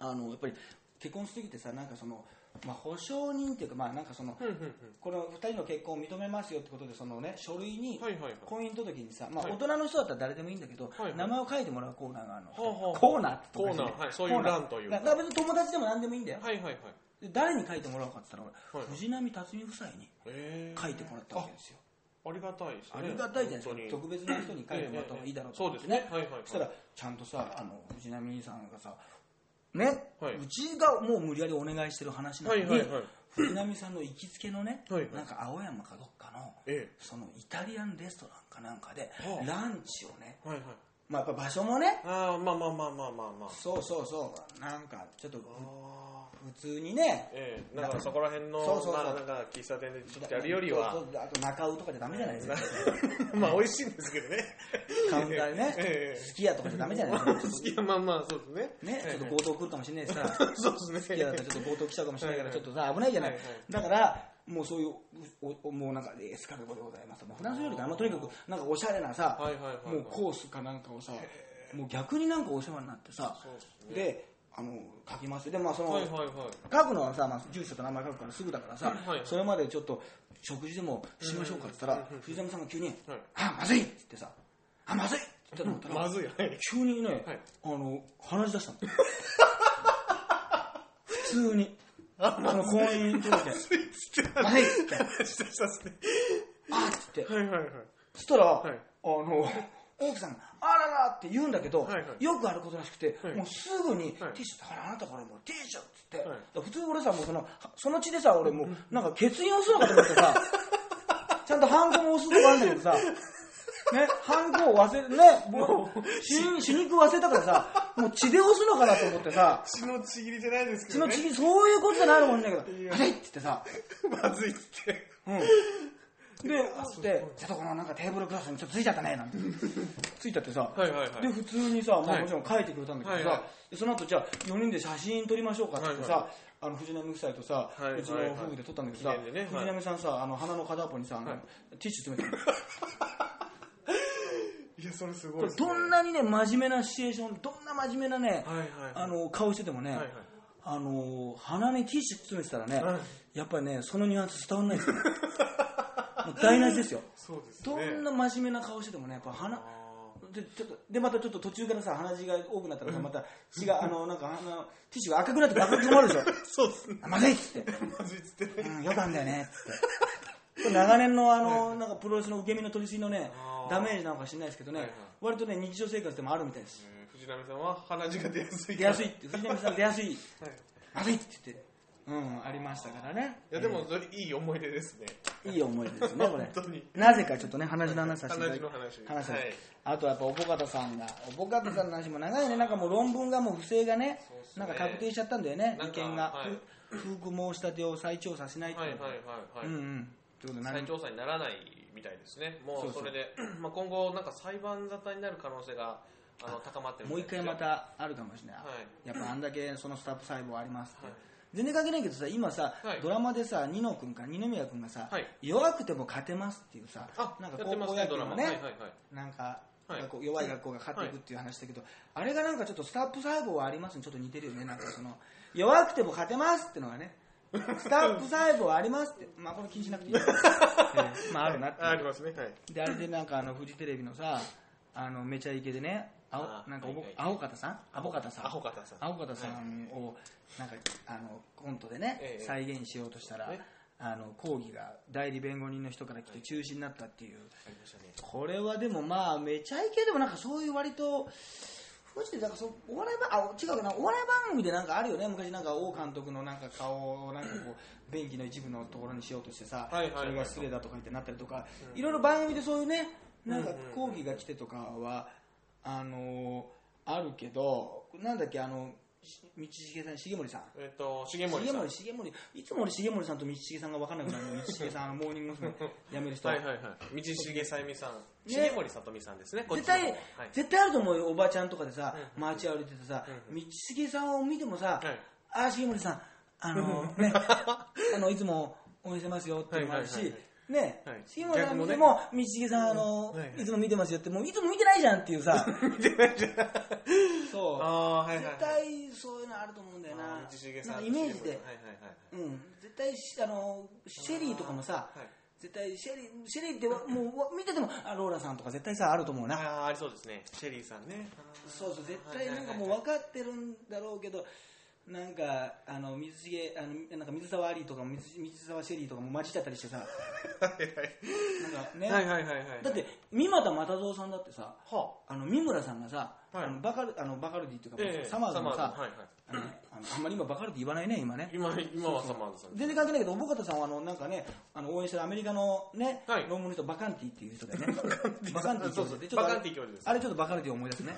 S1: あのやっぱり結婚する時ってさなんかそのまあ保証人っていうかまあなんかその
S2: うんうん
S1: この2人の結婚を認めますよってことでそのね書類
S2: う
S1: に
S2: んはいはいはい
S1: 婚姻届にさ、まあ、
S2: はい
S1: 大人の人だったら誰でもいいんだけど、
S2: はい
S1: 名前を書いてもらうコーナーがあるの、
S2: ほうほう
S1: コーナーってとこですね
S2: コーナーはいそういう欄というか
S1: だから別に友達でも何でもいいんだよ、
S2: はいはいはい
S1: で誰に書いてもらうかって言ったら俺、
S2: はい
S1: 藤波辰巳夫妻に
S2: えー
S1: 書いてもらったわけですよ、
S2: ありがたいですね
S1: ありがたいじゃないですか
S2: 本
S1: 特別な人に書いてもらった方がいいだろうと
S2: そう
S1: 思って
S2: ですねはいはいはい
S1: そしたらちゃんとさあの藤波さんがさね、
S2: はいう
S1: ちがもう無理やりお願いしてる話なのに、
S2: はいはいはい
S1: 藤波さんの行きつけのね、
S2: はいはい
S1: なんか青山かどっかの、
S2: え
S1: そのイタリアンレストランかなんかで
S2: はあ
S1: ランチをね、
S2: えはいはい
S1: まあ、やっぱ場所もね
S2: ああまあまあまあまあまあまあ
S1: そうそうそうなんかちょっと
S2: あー
S1: 普通にね
S2: ええなんかそこら辺の
S1: そうそうそう
S2: まあなんか喫茶店でちょっとやるよりは
S1: そうそうあと中尾とかじゃダメじゃないです か
S2: まあ美味しいんですけどね。
S1: カウンターでね、
S2: ええ
S1: すき家とかじゃダメじゃないですか
S2: 好きやまあま あそうですね。
S1: ね、ちょっと強盗来るかもしれないしさ、
S2: そうです
S1: い
S2: ね。
S1: やだったらちょっと強盗来ちゃうかもしれないから、ちょっとさ、危ないじゃない。
S2: はいはい
S1: だから、もうそういう、おおもうなんか、エスカルゴでございます。もうフランス料理かな、とにかく、なんかおしゃれなさ、
S2: はいはいはいはい
S1: もうコースかなんかをさ、もう逆になんかお世話になってさ、
S2: そうですね
S1: で、あの、書きます。で、まあその、
S2: はいはい はい。
S1: 書くのはさ、まあ、住所と名前書くからすぐだからさ、
S2: はい
S1: それまでちょっと食事でもしましょうかって言ったら、藤波さんが急に、
S2: はい
S1: あ、まずいっつってさ、あ、まずいっつって思ったら、
S2: まずいよ ね。
S1: 急にね、
S2: はい
S1: あの話し出した の普通にあの婚姻届
S2: ついつって
S1: 「
S2: 話
S1: はい」って
S2: したしたっすね。
S1: 「あっ」つって
S2: はいはいはい。
S1: そしたら、
S2: はい
S1: あの奥さんが「あらら」って言うんだけど、
S2: はいはい
S1: よくあることらしくて、
S2: はい
S1: もうすぐに「
S2: はい
S1: ティッシュってあらあなたからもうティッシュ」っつって、
S2: はい
S1: だから普通俺さもうそのその血でさ俺もうなんか決意をするのかと思って さちゃんとハンコも押すとこあるんだけどさね、ハンコを忘れね、もう死に死肉忘れたからさ、もう血で押すのかなと思ってさ、
S2: 血のちぎりじゃないですけ
S1: 血の
S2: どね。
S1: 血そういうことじゃないのかもしれないけ
S2: いや
S1: ど、あれって言ってさ、
S2: まずいっつって。
S1: うん。で、つって
S2: そう、
S1: ちょっとこのなんかテーブルクラスにちょっとついちゃったね、なんて。ついちゃってさ、
S2: はいはいはい。
S1: で、普通にさ、ま
S2: は
S1: あ
S2: い
S1: もちろん書いてくれたんだけど
S2: はい
S1: さ
S2: は、
S1: でその後じゃあ4人で写真撮りましょうかって言って
S2: はい
S1: さ、あの藤波夫妻とさ
S2: いはいは、いう
S1: ちの夫婦で撮ったんだけどさ
S2: 記念でね、はい
S1: 藤波さんさ、あの鼻の片っぽにさ、あの
S2: はい
S1: ティッシュ詰めてた
S2: いや、それすご
S1: こ
S2: いで
S1: れ
S2: すね。
S1: どんなにね、真面目なシチュエーション、どんな真面目なね、
S2: はいはい。
S1: あ、の顔しててもね
S2: はいはい、
S1: あの鼻にティッシュ詰めてたらね
S2: は、
S1: やっぱりね、そのニュアンス伝わんないです ね。もう台無しですよ。
S2: そうですね。
S1: どんな真面目な顔しててもね、やっぱ鼻、
S2: あ
S1: でちょっとでまたちょっと途中からさ鼻血が多くなったらさまた血があのなんか鼻のティッシュが赤くなって赤く止まるでしょ
S2: ー。そうですね。
S1: あまずいっつって、
S2: まずいっつって。
S1: うん、よくあんだよねっつってこれ長年のあのなんかプロレスの受け身の取りすぎのね
S2: あー
S1: ダメージなのか知らないですけどね、
S2: はいはい
S1: 割とね日常生活でもあるみたいです
S2: えー藤波さんは鼻血が出やすい
S1: 出
S2: から。
S1: やすいって藤波さん出やすい
S2: はい。
S1: まずいって言ってうんありましたからね
S2: いや、でも、それいい思い出ですね。
S1: いい思い出ですね、これ。
S2: 本当に
S1: なぜかちょっとね、話の話させていただき
S2: 話の話
S1: 話を
S2: はい
S1: あとはやっぱ、おぼかたさんが、おぼかたさんの話も長いね、なんかもう論文がもう不正がね
S2: そうっ、す
S1: な
S2: ね
S1: んか確定しちゃったんだよね、
S2: なん
S1: 意
S2: か
S1: 見が
S2: はい。
S1: ふ不服申し立てを再調査しないって
S2: はいいうはい
S1: の。
S2: はいは
S1: う
S2: い。
S1: んうん。ということで、
S2: 再
S1: 何
S2: 調査にならないみたいですね、も
S1: そう
S2: う
S1: そう
S2: それで、まあ今後、なんか裁判沙汰になる可能性があの高まってる
S1: もう
S2: み
S1: 一
S2: たい
S1: 回
S2: ですよ
S1: ま、たあるかもしれない
S2: は。
S1: やっぱあんだけそのスタッフ細胞ありますって
S2: はい
S1: 全然関係ないけどさ、今さ
S2: は、い
S1: ドラマでさ、ニノ君か二宮君がさ
S2: はい、
S1: 弱くても勝てますっていうさ
S2: あ、
S1: なんか
S2: やって
S1: 高
S2: ます
S1: 校
S2: ね
S1: 野、球
S2: ドラマ、
S1: の
S2: はいはい
S1: ね、
S2: はい、
S1: なんか、
S2: はい
S1: 学校弱い学校が勝っていくっていう話だけど、あれがなんかちょっとスタップ細胞はありますにちょっと似てるよね、なんかその、弱くても勝てますってのがね、スタップ細胞はありますって、まあこれ気にしなく ていい、ええまああるなってい
S2: あありますね、はい、
S1: う。で、あれでなんかあの、フジテレビのさ、あの、めちゃイケでね、あ
S2: あ
S1: おなんかおぼ
S2: はいはい
S1: 青方さんアボ方さん
S2: アホ方さん
S1: 青方さんを、なんか、あの、コントでね
S2: え、え
S1: 再現しようとしたら
S2: え、
S1: あの、講義が代理弁護人の人から来て中止になったっていう。
S2: ありましたね、
S1: これはでもまあめちゃイケでもなんかそういう割とマジでなんかそうお笑いばあ違うかなお笑い番組でなんかあるよね昔なんか王監督のなんか顔をなんかこう便器の一部のところにしようとしてさ
S2: はいはいはい
S1: それが失礼だとか言ってなったりとかいろいろ番組でそういうねなんか
S2: うんうんうん
S1: 講義が来てとかはあのーあるけどなんだっけあのし道重さん重森さん
S2: えっと、重
S1: 重
S2: 森
S1: 森
S2: さん、
S1: 重森いつも俺重森さんと道重さんが分かんなくなるの道重さんあのモーニング娘。辞める人
S2: はいはいはい、道重さゆみさん、
S1: ね
S2: 重森さとみさんですね、こっち
S1: 絶
S2: の方
S1: 対、
S2: はい、
S1: 絶対あると思うよ、おばちゃんとかでさ、
S2: うん
S1: 街歩いててさ、
S2: うん
S1: 道重さんを見てもさ、
S2: はい
S1: ああ、重森さん、あの ね、あの、いつも応援してますよっていうのもあるし、
S2: はいはいはい
S1: ね、
S2: はい
S1: 杉森さん見て
S2: 逆
S1: も、道重さん、あの、
S2: はい
S1: い、つも見てますよって、もういつも見てないじゃんっていう さ、そう、
S2: ああー、はいはい
S1: 絶
S2: はい、
S1: 対そういうのあると思うんだよな、
S2: あー道重
S1: な
S2: さ
S1: ん
S2: ん、
S1: かイメージ
S2: 重森
S1: で
S2: さん、はいはいはい
S1: うん、絶対しあの、シェリーとかもさ、
S2: はい
S1: 絶対シェリー、シェリーってもうわ見てても、あ、ローラさんとか絶対さ、あると思うな。
S2: あーありそうですね、シェリーさんね、あー
S1: そうそう絶対なんかもう
S2: はい
S1: 分かってるんだろうけどなんかあの水重あのなんか水沢アリーとかも水水沢シェリーとかも混じっちゃったりしてさなんかね、
S2: はいはいはいはいはいはい、
S1: だって三股又蔵さんだってさ
S2: は
S1: あの三村さんがさ、
S2: はい
S1: あのバカルあのバカルディっていう
S2: あ
S1: か、サマーズのさ、
S2: はいはい
S1: あのあのあんまり今バカルって言わないね今ね
S2: 今今はサマーズさん
S1: 全然関係ないけど小保方さんはあのなんかねあの応援してるアメリカのね、
S2: はい
S1: 論文の人バカンティっていう人だよねバカンティ
S2: そうそう
S1: で
S2: バカンティ教授です
S1: あれちょっとバカルティを思い出す ね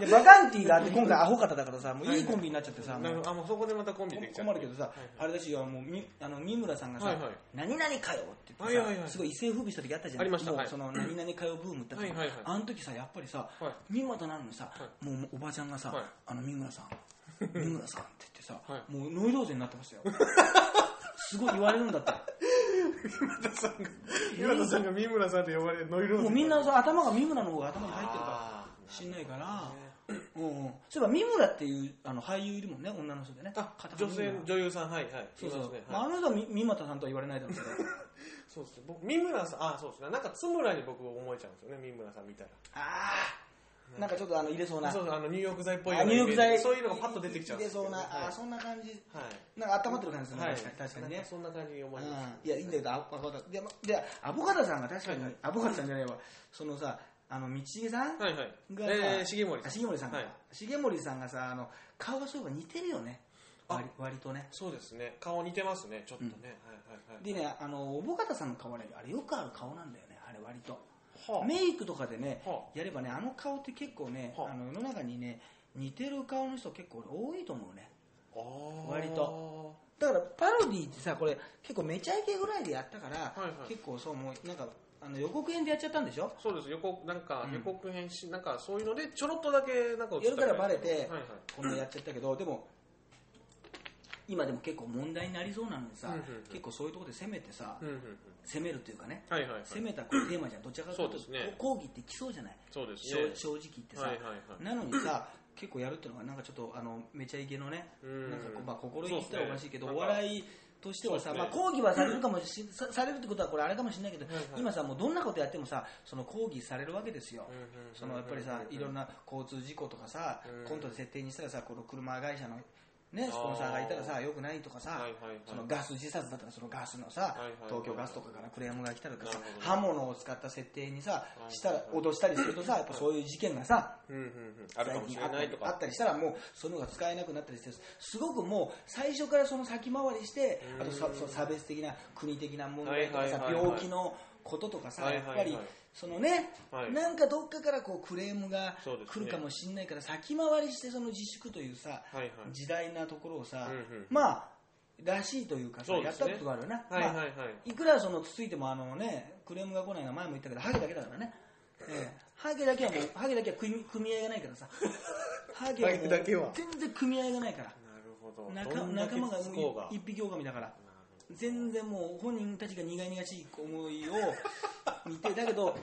S1: でバカンティがあって今回アホ方だからさもういいコンビになっちゃってさ、も
S2: な
S1: う
S2: るほどあもうそこでまたコンビできちゃう
S1: 困るけどさ、あれだしあのもうみあの三村さんがさ、
S2: はいはい
S1: 何々かよって言ってさ、
S2: はいはいはい
S1: すごい一世風靡した時あったじゃん
S2: ありました
S1: もう
S2: はい
S1: その何々かよブームってあったじゃん
S2: はいはいはい
S1: あの時さやっぱりさ、
S2: はい
S1: 三村となるのにさ、
S2: は
S1: もうおばちゃんがさ、
S2: はい
S1: あの三村 さん三村さんって言ってさ、
S2: はい
S1: もうノイローゼになってま したよすごい言われるんだって
S2: 岩田さんが岩田さんが三村さんって呼ばれてノイローゼ
S1: もうみんなさ頭が三村の方が頭に入ってるか
S2: あ
S1: らしんないから、うんうんそういえば三村っていうあの俳優いるもんね女の人でね
S2: ーあ
S1: 片方
S2: 女
S1: 三村
S2: 性女優さんはいはい
S1: そうそうそ
S2: い
S1: う、
S2: ますね
S1: まあ、
S2: はい
S1: あの人はみ三股さんとは言われないだろうけど
S2: そうですね僕三村さんあそうですねなんか津村に僕思えちゃうんですよね三村さん見たら
S1: ああ、なんかちょっとあの入れそうな。
S2: そうそうあの入浴剤っぽい
S1: あ入浴剤。
S2: そういうのがパッと出てきちゃうん
S1: 入
S2: で
S1: れ
S2: すよ
S1: そうな、
S2: ね
S1: あ
S2: は
S1: あ、そんな感じ。
S2: いはい
S1: なんか温まってる感じですね。
S2: はい
S1: 確かに、確かに
S2: なん
S1: ね。
S2: そんな感じに思います
S1: うん、いや、いいんだけど、アボカド。で、までアボカドさんが確かに、
S2: はいはい
S1: アボカドさんじゃないわ。そのさ、あの、道重さんがさ、
S2: はいはいえー重森さ
S1: あ
S2: ん
S1: 重森さんか
S2: はい
S1: 重森さんがさ、あの、顔がそういえば似てるよね。
S2: あ
S1: 割割とね。
S2: そうですね顔似てますねちょっとねはいはいはい
S1: でね、あの、おぼかたさんの顔はね、あれよくある顔なんだよね、あれ割と。
S2: はあ
S1: メイクとかでね、
S2: は
S1: やればね、あの顔って結構ね、
S2: はあ
S1: あの世の中にね、似てる顔の人結構俺多いと思うね。
S2: あー
S1: 割とだからパロディってさ、これ結構めちゃイケぐらいでやったから、
S2: いはい
S1: 結構そう、もうなんかあの予告編でやっちゃったんでしょ
S2: そうです予告なんか
S1: うん
S2: 予告編し、なんかそういうのでちょろっとだけなんか映
S1: やる
S2: った
S1: から
S2: り
S1: バレて
S2: はいはい、
S1: こんなやっちゃったけど、でも、今でも結構問題になりそうなのでさ、
S2: うんうんうん
S1: 結構そういうところで攻めてさ、
S2: うんうんうん
S1: 攻めるというかね、
S2: はいはいはい
S1: 攻めたこうテーマじゃん、どちらかというと
S2: そうですね
S1: こう抗議ってきそうじゃない、
S2: そうです
S1: 正
S2: ね
S1: 正直言ってさ、
S2: はいはいはい
S1: なのにさ結構やるっていうのがなんかちょっとあのめちゃイケのね
S2: うん
S1: なんかこう、まあ、心意気って言ったらおかしいけど、
S2: そう
S1: お
S2: ですね
S1: 笑いとしてはさ、
S2: そう
S1: ま
S2: で
S1: あ、
S2: すね
S1: 抗議はされるかもしさされるってことはこれあれかもしれないけど、
S2: はいはい
S1: 今さもうどんなことやってもさその抗議されるわけですよ、
S2: うんうんうん
S1: そのやっぱりさいろんな交通事故とかさ、
S2: うん
S1: コントで設定にしたらさこの車会社のね、スポンサーがいたらさ、よくないとかさ、
S2: はいはいはい
S1: そのガス自殺だったら、そのガスのさ、
S2: いはいはい
S1: 東京ガスとかからクレームが来たりとかさ
S2: なる、ほど
S1: 刃物を使った設定にさ、
S2: いはい
S1: したら、脅したりするとさ、やっぱそういう事件がさ、
S2: うんうんうんあるかもしれないと
S1: あ
S2: か
S1: ったりしたらもうそのが使えなくなったりしてすごくもう最初からその先回りしてあとさその差別的な国的な問題とか
S2: はいはい
S1: さ
S2: はいはい
S1: 病気のこととかさ
S2: はい
S1: やっ
S2: はいはい
S1: ぱりそのね
S2: はい
S1: なんかどっかからこうクレームが
S2: そうです
S1: 来
S2: ね
S1: るかもしれないから先回りしてその自粛というさ
S2: はいはい
S1: 時代なところをさ
S2: うんうん
S1: まあらしいというかさ
S2: そう
S1: や
S2: で
S1: っ
S2: す
S1: た
S2: ね
S1: ことがあるよな
S2: はいはい
S1: ま
S2: は
S1: あ
S2: い
S1: いくらそのつついてもあのねクレームが来ないのは前も言ったけどハゲだけだからね、ええハゲだけはもうハゲだけは組組合がないから さハゲはもう
S2: ハゲだけは
S1: 全然組合がないから
S2: なるほど
S1: 仲
S2: どんだけ
S1: 仲間が
S2: 不幸が
S1: もう一匹狼だから全然もう本人たちが苦々しい思 いを見てだけど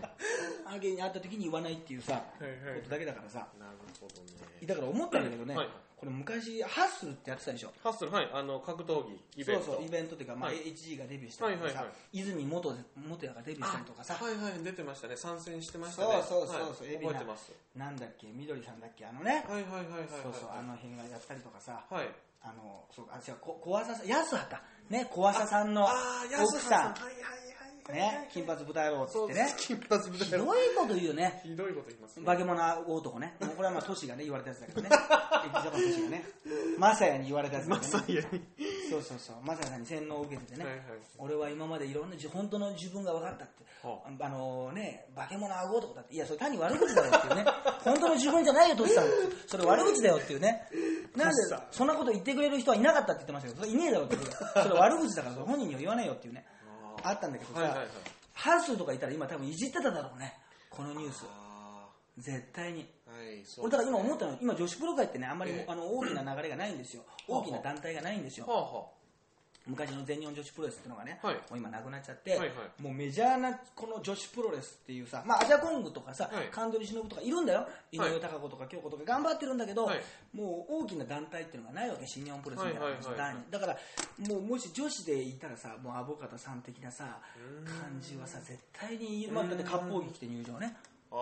S1: ハゲに会った時に言わないっていうさ、
S2: いはい
S1: ことだけだからさ
S2: なるほどね
S1: だから思ったんだけどね、
S2: はい
S1: これ昔ハッスルってやってたでしょ
S2: ハッスルはいあの格闘技イベント
S1: そうそうイベントっていうか、まあ
S2: はい
S1: HG がデビューしたりとかさ、
S2: はいはいは
S1: 泉元元也がデビューしたりとかさ、
S2: はいはい出てましたね参戦してましたね
S1: そうそうそうそう
S2: はい、
S1: 海老名
S2: 覚えてます
S1: なんだっけみどりさんだっけあのね、
S2: はいはいはいはいはい
S1: そうそうあの辺がやったりとかさ
S2: はい
S1: あのそうあ違うこ小朝さん安葉かね小朝さんの
S2: ああ安
S1: 奥
S2: さ
S1: さん
S2: んはいはいはいはいはい
S1: ね金髪豚野郎っつ
S2: そ
S1: っ
S2: う
S1: てね
S2: 金髪み
S1: ひ
S2: た
S1: どい
S2: いな
S1: こと言うよね
S2: ひどいこと言いますね
S1: 化け物男ねもうこれはまあトシがね言われたやつだけど ね劇場版トシがねマサヤに言われたやつだけどね
S2: やに
S1: そうそうそうマサヤさんに洗脳を受けててね、
S2: はいはい
S1: 俺は今までいろんなじ本当の自分が分かったって、
S2: は
S1: あ、のね化け物顎男だっていやそれ単に悪口だろっていうね 本当の自分じゃないよトシさんそれ悪口だよっていうねなんでそんなこと言ってくれる人はいなかったって言ってましたけどそれいねえだろってそれ悪口だからそれ本人には言わないよっていうね
S2: あ
S1: あったんだけどさ、
S2: はいはいはい
S1: ハウスとかいたら今多分いじってただろうねこのニュース
S2: あ
S1: 絶対に
S2: ーはいそう
S1: 俺だから今思ったの今女子プロ界ってねあんまり、
S2: ええ
S1: あの大きな流れがないんですよ
S2: はあはあ
S1: 大きな団体がないんですよ
S2: はあは
S1: 昔の全日本女子プロレスっていうのがね、
S2: はい
S1: もう今なくなっちゃって、
S2: はいは
S1: もうメジャーなこの女子プロレスっていうさ、まあ、アジャコングとかさ、
S2: はい
S1: カンドリシノブとかいるんだよ、井上貴子とか京子とか頑張ってるんだけど、
S2: はい
S1: もう大きな団体っていうのがないわけ、新日本プロレスみたいな感じの
S2: はいはいはい
S1: 団体だから、もうもし女子でいたらさ、もうアボカドさん的なさ、感じはさ、絶対に、まあ、だって割烹着着て入場ね、
S2: ああ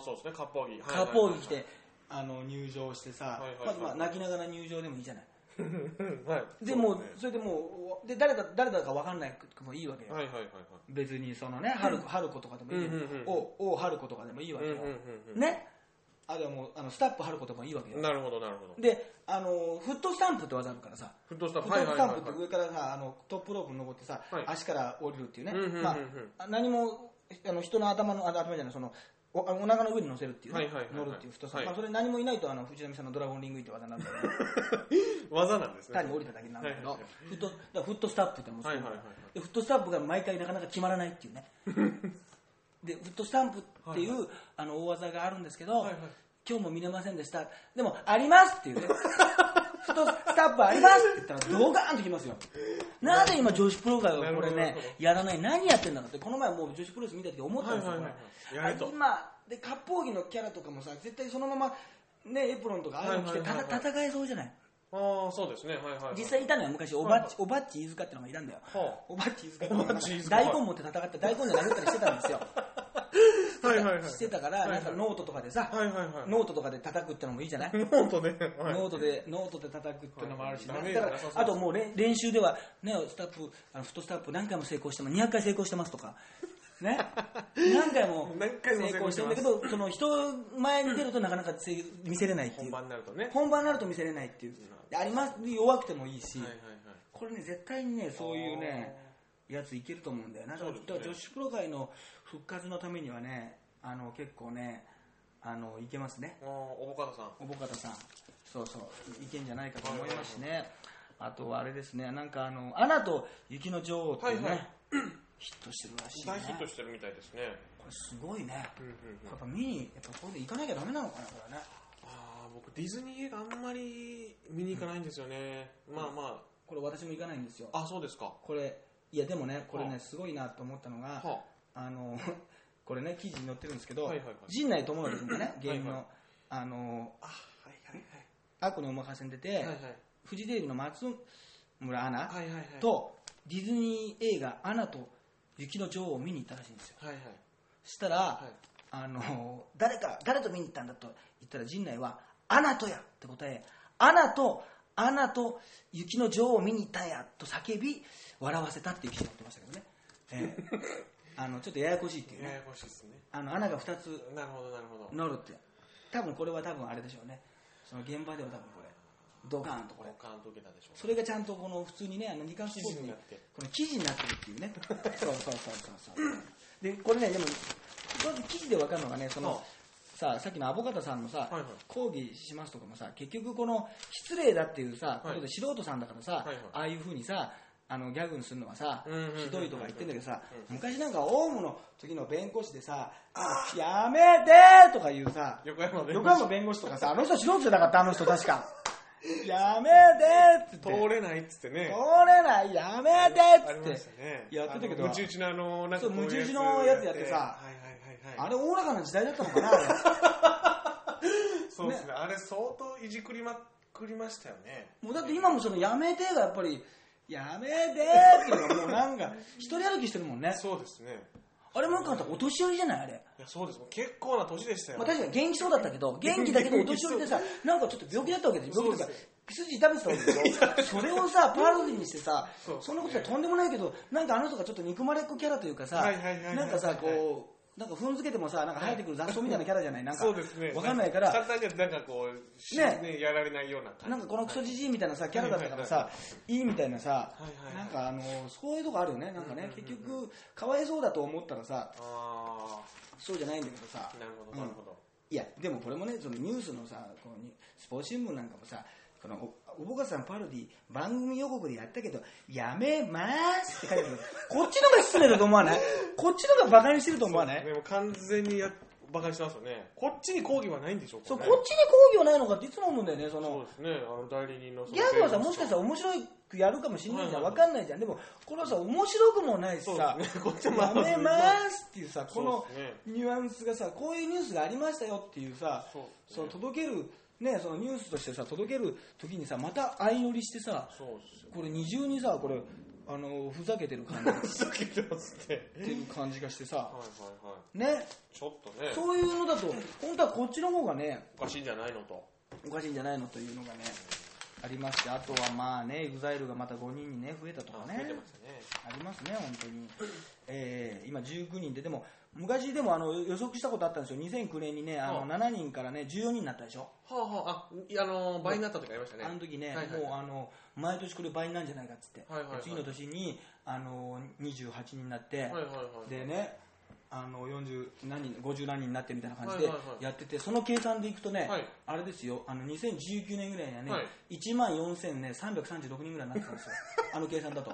S2: ーそうですね割烹着はいはい
S1: 割烹着着てあの入場してさ、
S2: はいはい
S1: ま
S2: は
S1: ず
S2: い
S1: まあ泣きながら入場でもいいじゃない。
S2: はい
S1: でもうそれでもうで誰だ誰だか分かんないくもいいわけよ、
S2: はいはいはいはい
S1: 別にそのね春子春子とかでもいいよ、
S2: うんうんうん
S1: おお春子とかでもいいわ
S2: う
S1: け
S2: ん
S1: よ、
S2: うんうんうん
S1: ねあれはもうあのスタンプ貼ることもいいわけよ
S2: なるほど、なるほど。
S1: であのフットスタンプって技あるからさ
S2: フットスタン
S1: フ
S2: プ、
S1: ットスタン
S2: は
S1: プ
S2: い
S1: って上からさあのトップロープに登ってさ、
S2: はい
S1: 足から降りるっていうね、
S2: うんうんうんうん
S1: まあ、何もあの人の頭のあ頭じゃないそのおお腹の上に乗せるっていうね、
S2: はいはいはいはい
S1: 乗るっていう太さ、
S2: はい
S1: まあ、それ何もいないとあの藤波さんのドラゴンリングインって技になるから、
S2: 技なんですね。
S1: 単に降りただけなんだけど、
S2: はいは
S1: フ
S2: い
S1: ットだからフットスタップってのもすごい
S2: はいはいはいは
S1: でフットスタンプが毎回なかなか決まらないっていう ねでフットスタンプっていう、あの大技があるんですけど、
S2: はいはい
S1: 今日も見れませんでしたでもありますっていう ねフットスタンプありますって言ったらドガーンときますよなぜ今女子プロがこれ
S2: なる
S1: ね
S2: ほど
S1: やらない何やってんだろうってこの前もう女子プロレス見た時思ったんですよ、
S2: はいはいはい
S1: これ
S2: やれと
S1: あ今で割烹着のキャラとかもさ絶対そのままねエプロンとかああいうの着て、
S2: はいはいはいはい
S1: た戦えそうじゃない
S2: ああ、そうですね。はいはいはい。
S1: 実際いたのよ昔おばっちおばっち飯塚ってのがいたんだよ、
S2: はあ
S1: おばっち飯塚ってのが
S2: おばっち飯塚
S1: 大根持って戦って大根で殴ったりしてたんですよ
S2: はいはいはい。
S1: してたから、
S2: はいはい
S1: なんかノートとかでさ、
S2: はいはいはい。
S1: ノートとかで叩くってのもいいじゃない、
S2: ノートね。はい
S1: ノートでノートで叩くっていうのもあるし、
S2: はい
S1: なんかだ
S2: ダメージが
S1: か
S2: なさそうです
S1: らあともう練練習では、ね、スタッフあのフットスタッフ何回も成功してます200回成功してますと か、ね、何回も
S2: 何回も
S1: 成
S2: 成
S1: 功
S2: 功
S1: し
S2: してて
S1: るん
S2: ま
S1: だ
S2: す
S1: けどその人前に出るとなかなかせ見せれないってい
S2: 本
S1: う
S2: 番になるとね。
S1: 本番になると見せれないっていうであります弱くてもいいし、
S2: はいはいはい。
S1: これね絶対にねそういうねやついけると思うんだよな、
S2: そうですね
S1: だから女子プロ界の復活のためにはねあの結構ねあのいけますね
S2: ああ、おぼかたさん。
S1: 小保方さんそうそういけんじゃないかと思いますしねあとはあれですねなんかあの「アナと雪の女王」っていうね、
S2: はいはい
S1: ヒットしてるらしい
S2: 大ヒ
S1: ね
S2: ットしてるみたいですね。
S1: これすごいね
S2: うんうんうん
S1: やっぱ見にやっぱこれで行かなきゃダメなのかなこれね
S2: ああ、僕、ディズニー映画あんまり見に行かないんですよね。まあま
S1: これ私も行かないんですよ
S2: あ。あ、そうですか。は
S1: これいやでもねこれ
S2: は
S1: ね
S2: あ
S1: すごいなと思ったのが、
S2: あ。
S1: あの これね記事に載ってるんですけど、
S2: はいはいはい
S1: 陣内智則君がねゲームの、
S2: はいは
S1: あの
S2: あはい
S1: 悪にお任せに出て、
S2: はいはい。はいはい。
S1: フジテレビの松村アナ
S2: はいはいはい。
S1: と、ディズニー映画「アナと雪の女王」を見に行ったらしいんですよ
S2: はいはい。
S1: したら、
S2: はい。
S1: あの誰か誰と見に行ったんだと言ったら陣内は「アナとや!」って答え「アナとアナと雪の女王を見に行ったんや!」と叫び笑わせたっていう記事になってましたけどね、え えあのちょっとややこしいっていう
S2: や
S1: ね
S2: やこしいですね。
S1: あの穴が2つ
S2: なるほど、なるほど。
S1: 乗るって多分これは多分あれでしょうねその現場では多分これドカーンとこれ
S2: おかんと受けたでしょうね。
S1: それがちゃんとこの普通にねあの二巻スポーツ
S2: 記事に
S1: に
S2: なって
S1: この記事になってるっていう ねそうそうそうそうそうでこれねでもまず記事で分かるのがねそ
S2: は
S1: のさあさっきのアボカタさんのさ、
S2: はいはい
S1: 抗議しますとかもさ結局この失礼だっていうさ、
S2: はい
S1: ことで素人さんだからさ、
S2: いはい
S1: ああいうふうにさあのギャグにするのはさ、
S2: うんうんうんうん
S1: ひどいとか言ってんだけどさ、
S2: うん
S1: 昔なんかオウムの時の弁護士でさ「やめて!」とか言うさ
S2: 横山弁護士
S1: 横山弁護士とかさあの人素人じゃなかったあの人確か「やめて!」って言って
S2: 通れないっつってね。
S1: 通れない、やめて
S2: あ
S1: っ
S2: り
S1: つっ
S2: ま
S1: て
S2: した。ね。
S1: やってたけど
S2: あのムチ打ちのあの、なんか
S1: そう
S2: こい
S1: ムチ打ちのやつやってさ
S2: はいはいはいはい。
S1: あれ、おおらかな時代だったのかな、 あれ
S2: そうですね。あれ相当いじくりまくりましたよね。
S1: もうだって今もその、やめてがやっぱり、やめてっていうのがもうなんか、一人歩きしてるもんね。
S2: そうですね。
S1: あれ、もよかったお年寄りじゃないあれ。
S2: いや、そうです。結構な年でしたよ。
S1: まあ、確かに元気そうだったけ ど、元気だけどお年寄りでさ、なんかちょっと病気だったわけでしょ、病気と
S2: そう
S1: か
S2: ですよ。
S1: 筋痛めてたわけでしょ それをさ、パロディにしてさ、
S2: そう
S1: そんなことはとんでもないけど、なんかあの人がちょっと憎まれっ子キャラというかさ
S2: はいはいはいは、い
S1: なんかさ、こう、なんか踏んづけてもさ、なんか生えてくる雑草みたいなキャラじゃないなんか、
S2: そうですね。
S1: わかんないから、
S2: 簡単にはなんかこう、し
S1: ね
S2: ね、やられないような感じ。
S1: なんかこのクソじじいみたいなさ、キャラだったから
S2: は
S1: さ、いいみたいなさ
S2: はいは、い
S1: なんかあの、そういうとこあるよね。なんかね、
S2: うん
S1: 結局、かわいそうだと思ったらさ、
S2: あ
S1: そうじゃないんだけどさ
S2: あ、、なるほど、なるほど。
S1: いや、でもこれもね、そのニュースのさ、このニュスポーツ新聞なんかもさ、このおおぼかさんパロディ番組予告でやったけど、やめまーすって書いてあるけど、こっちのが失礼だと思わないこっちのがバカにしてると思わない
S2: でも完全にや、馬鹿にしてますよね。こっちに抗議はないんでしょう
S1: そう、
S2: ね
S1: こっちに抗議はないのかっていつも思うんだよね、その。
S2: そうですね。あの代理人のその
S1: ギャグはさ、
S2: 弁護
S1: もし
S2: 士と
S1: かしたら面白くやるかもしれないじゃん、
S2: は
S1: わ
S2: いはい
S1: かんないじゃん、でも、このさ、面白くもないしさ
S2: そうです、ねこっち
S1: や
S2: もまあ
S1: めますっていうさ、こ
S2: そ
S1: の
S2: うですね
S1: ニュアンスがさ、こういうニュースがありましたよっていうさ、
S2: そうです
S1: そ
S2: ね
S1: の届ける、ね、そのニュースとしてさ、届ける時にさ、また相乗りしてさ、
S2: そうですよ。
S1: これ二重にさ、これ、あの、ふざけてる感じ、
S2: ふざけてますね。
S1: ってる感じがしてさ
S2: は、いはいはい。
S1: ね、
S2: ちょっとね、
S1: そういうのだと、本当はこっちの方がね、
S2: おかしいんじゃないのと。
S1: おかしいんじゃないのというのがね、ありまして、あとはまあね、EXILE がまた5人にね、増えたとか
S2: あ
S1: ね。
S2: 増えてましたね。
S1: ありますね、本当に。えー今19人で、でも、昔でもあの予測したことあったんですよ2009年にねあ
S2: あ
S1: の7人からね14人になったでしょ
S2: はあはあ、あいやあのー倍になったとかありましたね。
S1: あの時ね、
S2: はいはい
S1: もうあの毎年これ倍になるんじゃないかっつって、
S2: はいはいはい
S1: 次の年にあの28人になって、
S2: はいはいはい。
S1: でねあの40何人50何人になってみたいな感じで
S2: はいはいはい
S1: やってて、その計算でいくとね、
S2: はい
S1: あれですよあの2019年ぐらいにはね、
S2: はい
S1: 1万4336人ぐらいになってたんですよあの計算だと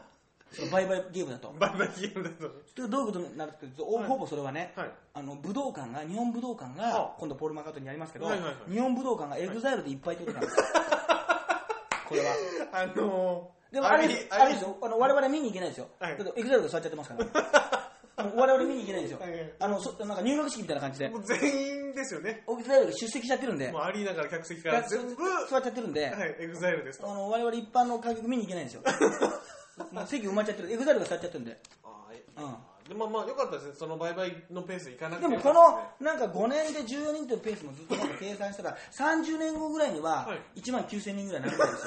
S1: その売買ゲームだと
S2: バイバイゲームだと。
S1: でどういうことになるかというと、お
S2: はい
S1: ほぼそれはね、
S2: はい。
S1: あの武道館が日本武道館
S2: は
S1: が
S2: あ
S1: 今度ポール・マカートニーやりますけど、
S2: はいはいはい
S1: 日本武道館がエグザイルでいっぱいってことなんですよこれは
S2: あのー、
S1: でもあれ
S2: に
S1: あれですよあの我々見に行けないですよ、
S2: はい
S1: だってエグザイルが座っちゃってます からもう我々見に行けないですよ
S2: はいはい
S1: あのそなんか入学式みたいな感じで
S2: もう全員ですよね。
S1: エグザイルが出席しちゃってるんで
S2: もうアリーナから客席から全部、は
S1: 座っちゃってるんで、
S2: い、エグザイルです
S1: あ
S2: と。
S1: の我々一般の観客見に行けないんです よもう席埋まっちゃってるエグザイルが座っちゃってるんで
S2: あ
S1: うん
S2: ーえでまあまあ、よかったですね。そのバイバイのペースでいかなくて
S1: でも
S2: よか
S1: こ
S2: っ
S1: の
S2: たですね
S1: なんか5年で14人というペースもずっとなんか計算したら30年後ぐらいには
S2: はい
S1: 1万9000人ぐらいになるわけです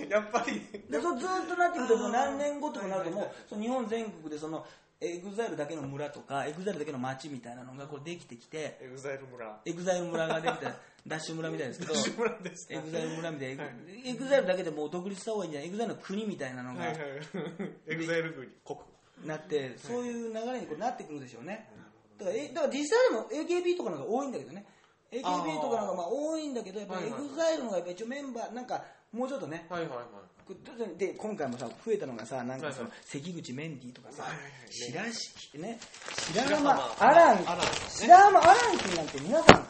S1: よ
S2: やっぱり、
S1: でそうずっとなってくるともう何年後とかになると
S2: はい
S1: も
S2: はいう
S1: その日本全国でそのエグザイルだけの村とかエグザイルだけの町みたいなのがこうできてきて
S2: エグザイル村。
S1: エグザイル村ができ たダッシュ村みたいですけど
S2: 西村です。
S1: エグザイル村みたいな
S2: はい
S1: エグザイルだけでもう独立した方がいいんじゃないエグザイルの国みたいなの
S2: はいは
S1: が
S2: い。 エグザイル軍に国。
S1: なってそういう流れにこうなってくるでしょうねだからえだから実際でも AKB とかの方が多いんだけどね AKB と
S2: あー
S1: かの方がまあ多いんだけどやっぱ
S2: はい
S1: り
S2: はいはい
S1: EXILE の方がやっぱ一応メンバーなんかもうちょっとね
S2: はいはいはい。
S1: で今回もさ増えたのがさなんかその
S2: はい
S1: 関口メンディーとかさ
S2: はいはいは
S1: 白
S2: い
S1: 敷ね
S2: 白
S1: 白浜
S2: 浜
S1: アラン
S2: アラン
S1: 白浜アラン君なんて皆さん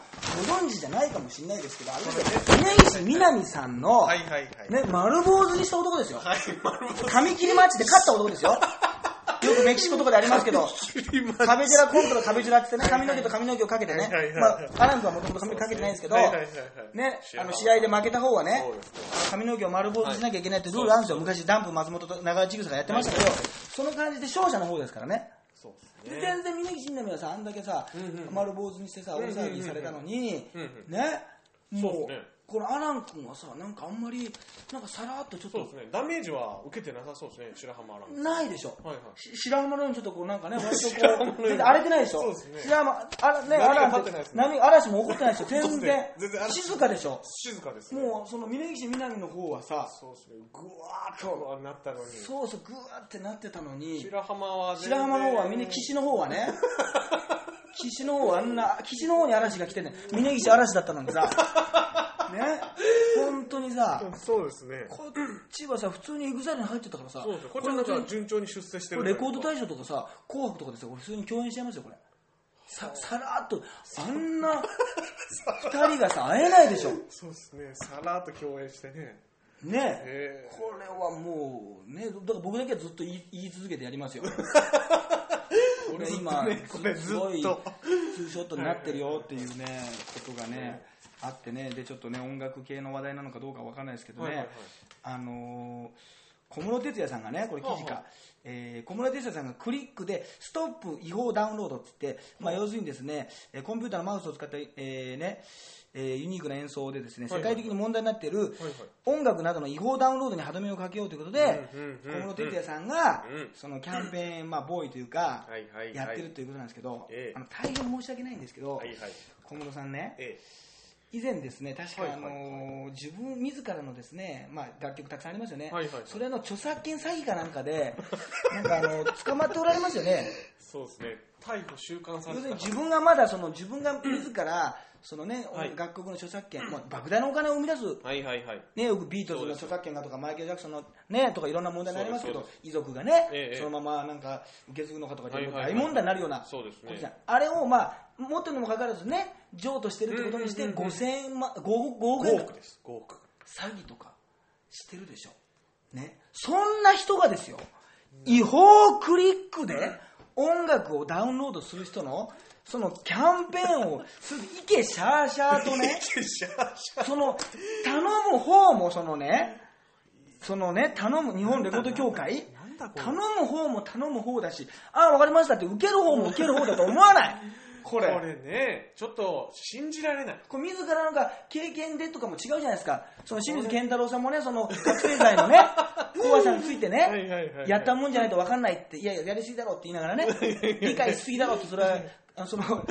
S1: ご存知じゃないかもしれないですけどあれですよ峯岸みなみさんの
S2: はいはいはい。
S1: ね丸坊主にした男ですよ
S2: はい、丸ごと。
S1: 髪切りマッチで勝った男です よ。よくメキシコとかでありますけど、カベジュラコントのカベジュラってね、髪の毛と髪の毛をかけてね
S2: はいはい、
S1: ま
S2: はい
S1: あ、アラン君はもともと髪の毛かけてないんですけど、
S2: はい
S1: ね
S2: はいはいはい、
S1: あの試合で負けた方はね
S2: そうですね、
S1: 髪の毛を丸坊主にしなきゃいけないってルールあるんですよ。昔、ダンプ松本と長千草がやってましたけど、その感じで勝者の方ですからね。
S2: そうです
S1: で全然峯岸みなみはさ、あんだけさ、丸坊主にしてさ、大騒ぎされたのに
S2: うんうん、
S1: ね、も
S2: そう
S1: う
S2: ですね、
S1: このアラン君はさ、なんかあんまり、なんかさらっとちょっ
S2: そう
S1: と
S2: ですね。ダメージは受けてなさそうですね、白浜アラン。
S1: ないでしょ、
S2: はいはい
S1: し白浜のようにちょっとこうなん かね、割とこ
S2: 白浜のよう
S1: う、
S2: に
S1: 全然荒れてないでしょ、
S2: そうですね
S1: 白浜、あらね、
S2: 波が
S1: 嵐
S2: 立ってないですね
S1: 波嵐も起こってない でしょ、
S2: そうです
S1: 全然
S2: ね、全然嵐
S1: 静かでしょ、
S2: 静かですね。
S1: もうその峯岸みなみの方はさ、
S2: そうですね。ぐわーっとなったのに。
S1: そうそう、ぐわってなってたのに、
S2: 白浜は全然
S1: 白浜の方は、みんな岸の方は ね、岸の方はあんな、岸の方に嵐が来てね、峯岸嵐だったのに さ、ね、本当にさ、
S2: そうですね。
S1: こっちはさ、普通にエグザイルに入ってたからさ、
S2: そうですね。こっちはなん
S1: こ
S2: か
S1: れ
S2: 順調に出世して
S1: こ
S2: る
S1: れレコード
S2: イ
S1: 大賞とかさ「紅白」とかでさ俺普通に共演しちゃいますよこれささらっとあんな二人がさ会えないでしょ
S2: そうですね。さらっと共演してね。
S1: ね
S2: へー
S1: これはもうねだから僕だけはずっと言い言い続けてやり ますよ俺今
S2: ずっとねこれ
S1: すごいツ
S2: ずっと
S1: ーショットになってるよっていうねことがねあってねでちょっとね音楽系の話題なのかどうかわからないですけどね、
S2: はいはいはい
S1: あのー小室哲哉さんがね、これ記事
S2: はあ
S1: か
S2: は、
S1: えー小室哲哉さんがクリックでストップ違法ダウンロードって言って、まあ、要するにですね、えーコンピューターのマウスを使った、えーねえーユニークな演奏でですね、
S2: はい
S1: 世
S2: は
S1: 界
S2: い
S1: 的に問題になっている
S2: はい
S1: 音楽などの違法ダウンロードに歯止めをかけようということで、
S2: うんうんうん
S1: 小室哲哉さんが
S2: うん
S1: そのキャンペーン、まあ、ボーイというか
S2: はいはいは、い
S1: やってるということなんですけど
S2: ええ、
S1: あの大変申し訳ないんですけど
S2: はい、はい。
S1: 小室さんね、
S2: え
S1: 以前ですね、確か
S2: はい
S1: あのー自分自らのですね、まあ楽曲たくさんありますよね
S2: はいはいはい。
S1: それの著作権詐欺かなんかで、 なんかあの捕まっておられますよね。
S2: え。そうですね。逮捕収監さ
S1: 要
S2: れ
S1: す
S2: て
S1: るに
S2: た。
S1: 自分がまだその自分が自らそのね、
S2: はい
S1: 楽曲の著作権、まあ莫大なお金を生み出す。
S2: はいはいはい。
S1: ね、よくビートルズの著作権がとかマイケル・ジャクソンの、ね、とかいろんな問題になりますけど遺族がね、
S2: ええ
S1: そのままなんか受け継ぐのかとか
S2: はいはいはい
S1: 大問題になるような
S2: そうですね
S1: ことじゃんあれを、まあ、持ってるにもかかわらずね譲渡してるってことにして
S2: うんうんうんうん
S1: 5000万5億
S2: 5
S1: 円
S2: 億です。5億。
S1: 詐欺とかしてるでしょ、ね、そんな人がですよ違法クリックで音楽をダウンロードする人のそのキャンペーンを するイケシャーシャーとね
S2: シャーシャー
S1: その頼む方もそのね、そのね、頼む、日本レコード協会
S2: なんだこれ
S1: 頼む方も頼む方だし、ああ、わかりましたって、受ける方も受ける方だと思わない、こ
S2: こ
S1: れ。
S2: れね、ちょっと信じられない。
S1: これ自らなん か経験でとかも違うじゃないですか、その清水健太郎さんもね、その覚醒剤のね、怖さについて
S2: は
S1: ね、
S2: いはいはい。
S1: やったもんじゃないと分かんないって、いやいや、やりすぎだろって言いながらね、理解しすぎだろって、それ は、あのその、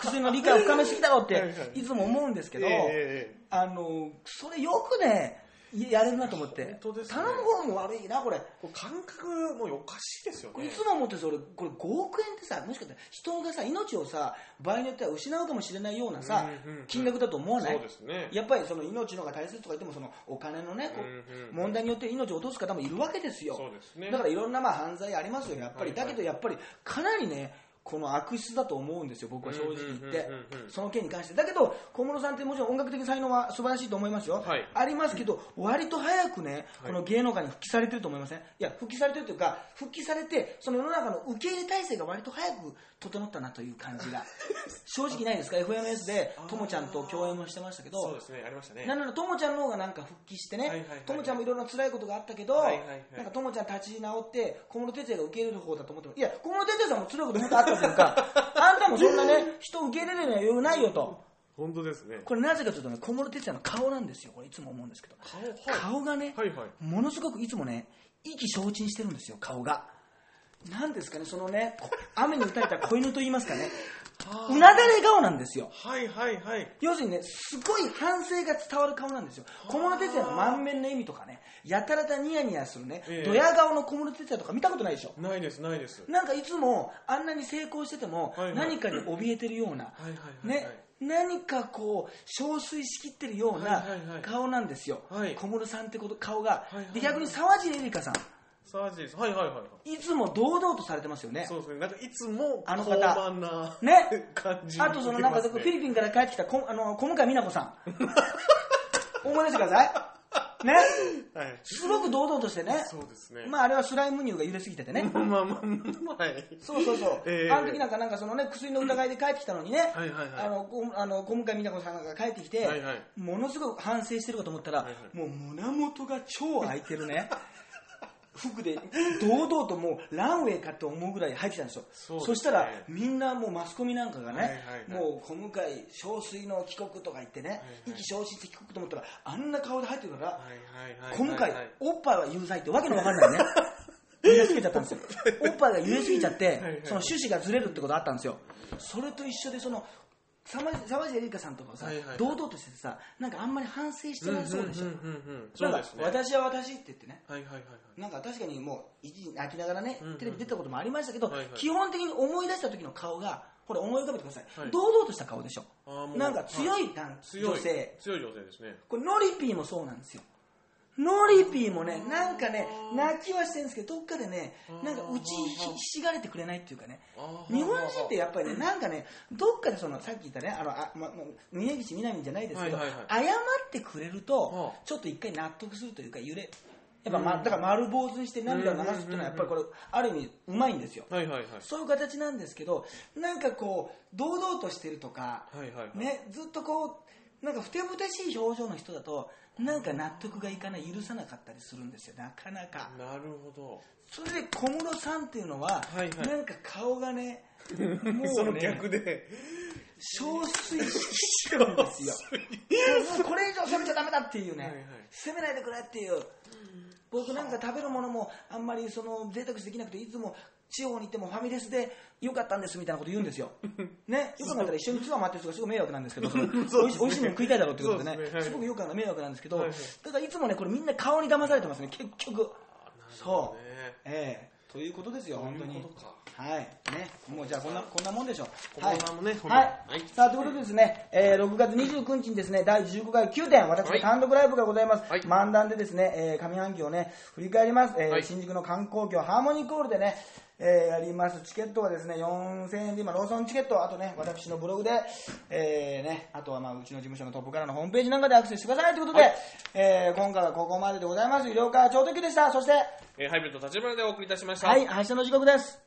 S1: 薬の理解を深めすぎだろっ
S2: はいは
S1: て、
S2: い
S1: いつも思うんですけど
S2: ええ、え
S1: あの、それよくね、やれるなと思って、
S2: 本当ですね
S1: 頼む方も悪いな、これ。
S2: えこう感覚もおかしいですよね。
S1: いつも思ってるんですよ俺これ5億円ってさもしかしたら人がさ命をさ場合によっては失うかもしれないようなさ
S2: うんうんうん
S1: 金額だと思わな
S2: そう
S1: い
S2: ですね。
S1: やっぱりその命の方が大切とか言ってもそのお金のねこう
S2: うんうん
S1: 問題によって命を落とす方もいるわけですよ
S2: そうですね。
S1: だからいろんなまあ犯罪ありますよやっぱり
S2: はいは
S1: だ
S2: い
S1: けどやっぱりかなりねこの悪質だと思うんですよ僕は正直言って
S2: うんうんうんうんうん
S1: その件に関してだけど小室さんってもちろん音楽的才能は素晴らしいと思いますよ、
S2: はい
S1: ありますけど割と早くね
S2: はい
S1: この芸能界に復帰されてると思いませんいや復帰されてるというか復帰されてその世の中の受け入れ体制が割と早く整ったなという感 じが正直ないですか FMS でともちゃんと共演もしてましたけど
S2: そうですね、ありましたね。
S1: なんならともちゃんの方がなんか復帰して
S2: はいはい
S1: ね
S2: はい、
S1: ともちゃんもいろいろな辛いことがあったけど、
S2: はいはいはい
S1: なんかともちゃん立ち直って、小室哲哉が受け入れる方だと思っても、いや、小室哲哉さんも辛いことなんかあったというか、あんたもそんなね、人受け入れるのは余裕ないよと、
S2: 本当ですね。
S1: これなぜかというとね、小室哲哉の顔なんですよ、これいつも思うんですけど、
S2: 顔、はい。
S1: 顔がね、
S2: はいはい。
S1: ものすごくいつもね、意気消沈してるんですよ、顔が。なんですかね、そのね、こ雨に打たれた子犬と言いますかね、
S2: は
S1: うなだれ顔なんですよ。
S2: はいはいはい。
S1: 要するにね、すごい反省が伝わる顔なんですよ。小室哲哉の満面の笑みとかね、やたらたニヤニヤするね
S2: え、え
S1: ドヤ顔の小室哲哉とか見たことないでしょ。
S2: ないです、ないです。
S1: なんかいつもあんなに成功してても、
S2: はいはい
S1: 何かに怯えてるような、
S2: はいはいはい
S1: ね
S2: はい。、
S1: 何かこう、憔悴しきってるような
S2: はいはいはい
S1: 顔なんですよ。
S2: はい
S1: 小室さんってこと、顔が。
S2: いはいはい
S1: で、逆に沢尻エリカさん、
S2: サージです。はいはいはいはい。
S1: いつも堂々とされてますよね。
S2: そうですね。なんかいつも、
S1: あの方
S2: 傲慢な
S1: ね
S2: 感じ、
S1: あとそのなんかフィリピンから帰ってきたこあの小向井美奈子さ ん思い出してくださいね
S2: ン。はい。
S1: すごく堂々としてね
S2: そうですね。
S1: まああれはスライム乳が揺れすぎててね
S2: まあまあまあまあ、はい。
S1: そうそうそう、
S2: ええ
S1: あの時なんかなんかそのね薬の疑いで帰ってきたのにね、
S2: はいはいはい
S1: あのこあの小向井美奈子さんが帰ってきて、
S2: はいはい
S1: ものすごく反省してるかと思ったら、
S2: はいはい
S1: もう胸元が超開いてる ね服で堂々ともうランウェイかって思うぐらい入ってきたんですよ
S2: そうです
S1: そ
S2: ね
S1: したらみんなもうマスコミなんかがね、
S2: はいはいはい
S1: もう小向井憔悴の帰国とか言ってね、
S2: い
S1: 意気消沈して帰国と思ったらあんな顔で入ってくるから、
S2: はいはいはい。
S1: 今
S2: は
S1: 回
S2: いはい、
S1: おっぱいは有罪ってわけのわかん ないね。言い過ぎちゃったんですよ。おっぱいが言い過ぎちゃって
S2: はいはい、
S1: その趣旨がずれるってことあったんですよ。それと一緒で、その、沢沢尻エリカさんとかはさ
S2: はいはいは、い
S1: 堂々としててさ、なんかあんまり反省してなそうでしょ
S2: ん。んんうんうんそ
S1: な
S2: うんで
S1: か
S2: す、ね。
S1: 私は私って言ってね。
S2: はいはいはいはい。
S1: なんか確かにもう、一時泣きながらね
S2: うんうん、
S1: テレビ出たこともありましたけど
S2: はいはい、
S1: 基本的に思い出した時の顔が、ほら思い浮かべてください
S2: は。い
S1: 堂々とした顔でしょ
S2: あーも。う
S1: なんか強い男女性。
S2: 強い女性ですね。
S1: これノリピーもそうなんですよノリピーもねなんかね泣きはしてるんですけどどっかでねなんか打ちひひしがれてくれないっていうかね
S2: あー
S1: 日本人ってやっぱりねなんかねどっかでそのさっき言ったねあのあ、ま、ま峯岸みなみじゃないですけど、
S2: はいはい
S1: 謝ってくれると
S2: あ
S1: ちょっと一回納得するというか揺れやっぱ、まだから丸坊主にして涙を流すっていうのはやっぱりこれある意味うまいんですよ
S2: はいはいはい。
S1: そういう形なんですけどなんかこう堂々としてるとか、
S2: はいはいはい
S1: ね、ずっとこうなんかふてぶてしい表情の人だとなんか納得がいかない許さなかったりするんですよなかなか
S2: なるほど。
S1: それで小室さんっていうのは、
S2: はいはい
S1: なんか顔が ねもうね
S2: その逆で。
S1: 憔悴してるんですよもうこれ以上攻めちゃダメだっていうね、
S2: はいはい
S1: 攻めないでくれっていう僕なんか食べるものもあんまりその贅沢しできなくていつも地方に行ってもファミレスでよかったんですみたいなこと言うん ですよ、ね、よくなったら一緒にツアー回ってる人がすごい迷惑なんですけどそのおいし美味しいもの食いたいだろうってことでね
S2: そうですすねはい
S1: ごくよくある迷惑なんですけど、
S2: はいはい
S1: だからいつもねこれみんな顔に騙されてますね結局そう、
S2: ね
S1: ええということですよ
S2: そう
S1: 本
S2: いう
S1: 当
S2: こと
S1: に
S2: か
S1: はいねもうじゃあこんなこんなもんでしょう
S2: 小室さんもね
S1: はい、
S2: 本当にはい
S1: さあということでですね、えー6月29日にですね第15回9点私の単独ライブがございます、
S2: はい
S1: 漫談でですね、えー上半期をね振り返ります、えー
S2: はい
S1: 新宿の観光業ハーモニーコールでねえーやりますチケットはですね4000円で今ローソンチケットあとね私のブログで、えーね、あとはまあうちの事務所のトップからのホームページなんかでアクセスしてくださいということで、えー今回はここまででございます医療科長特急でしたそして
S2: えーハイブリッド立花でお送りいたしました。
S1: はい明日の時刻です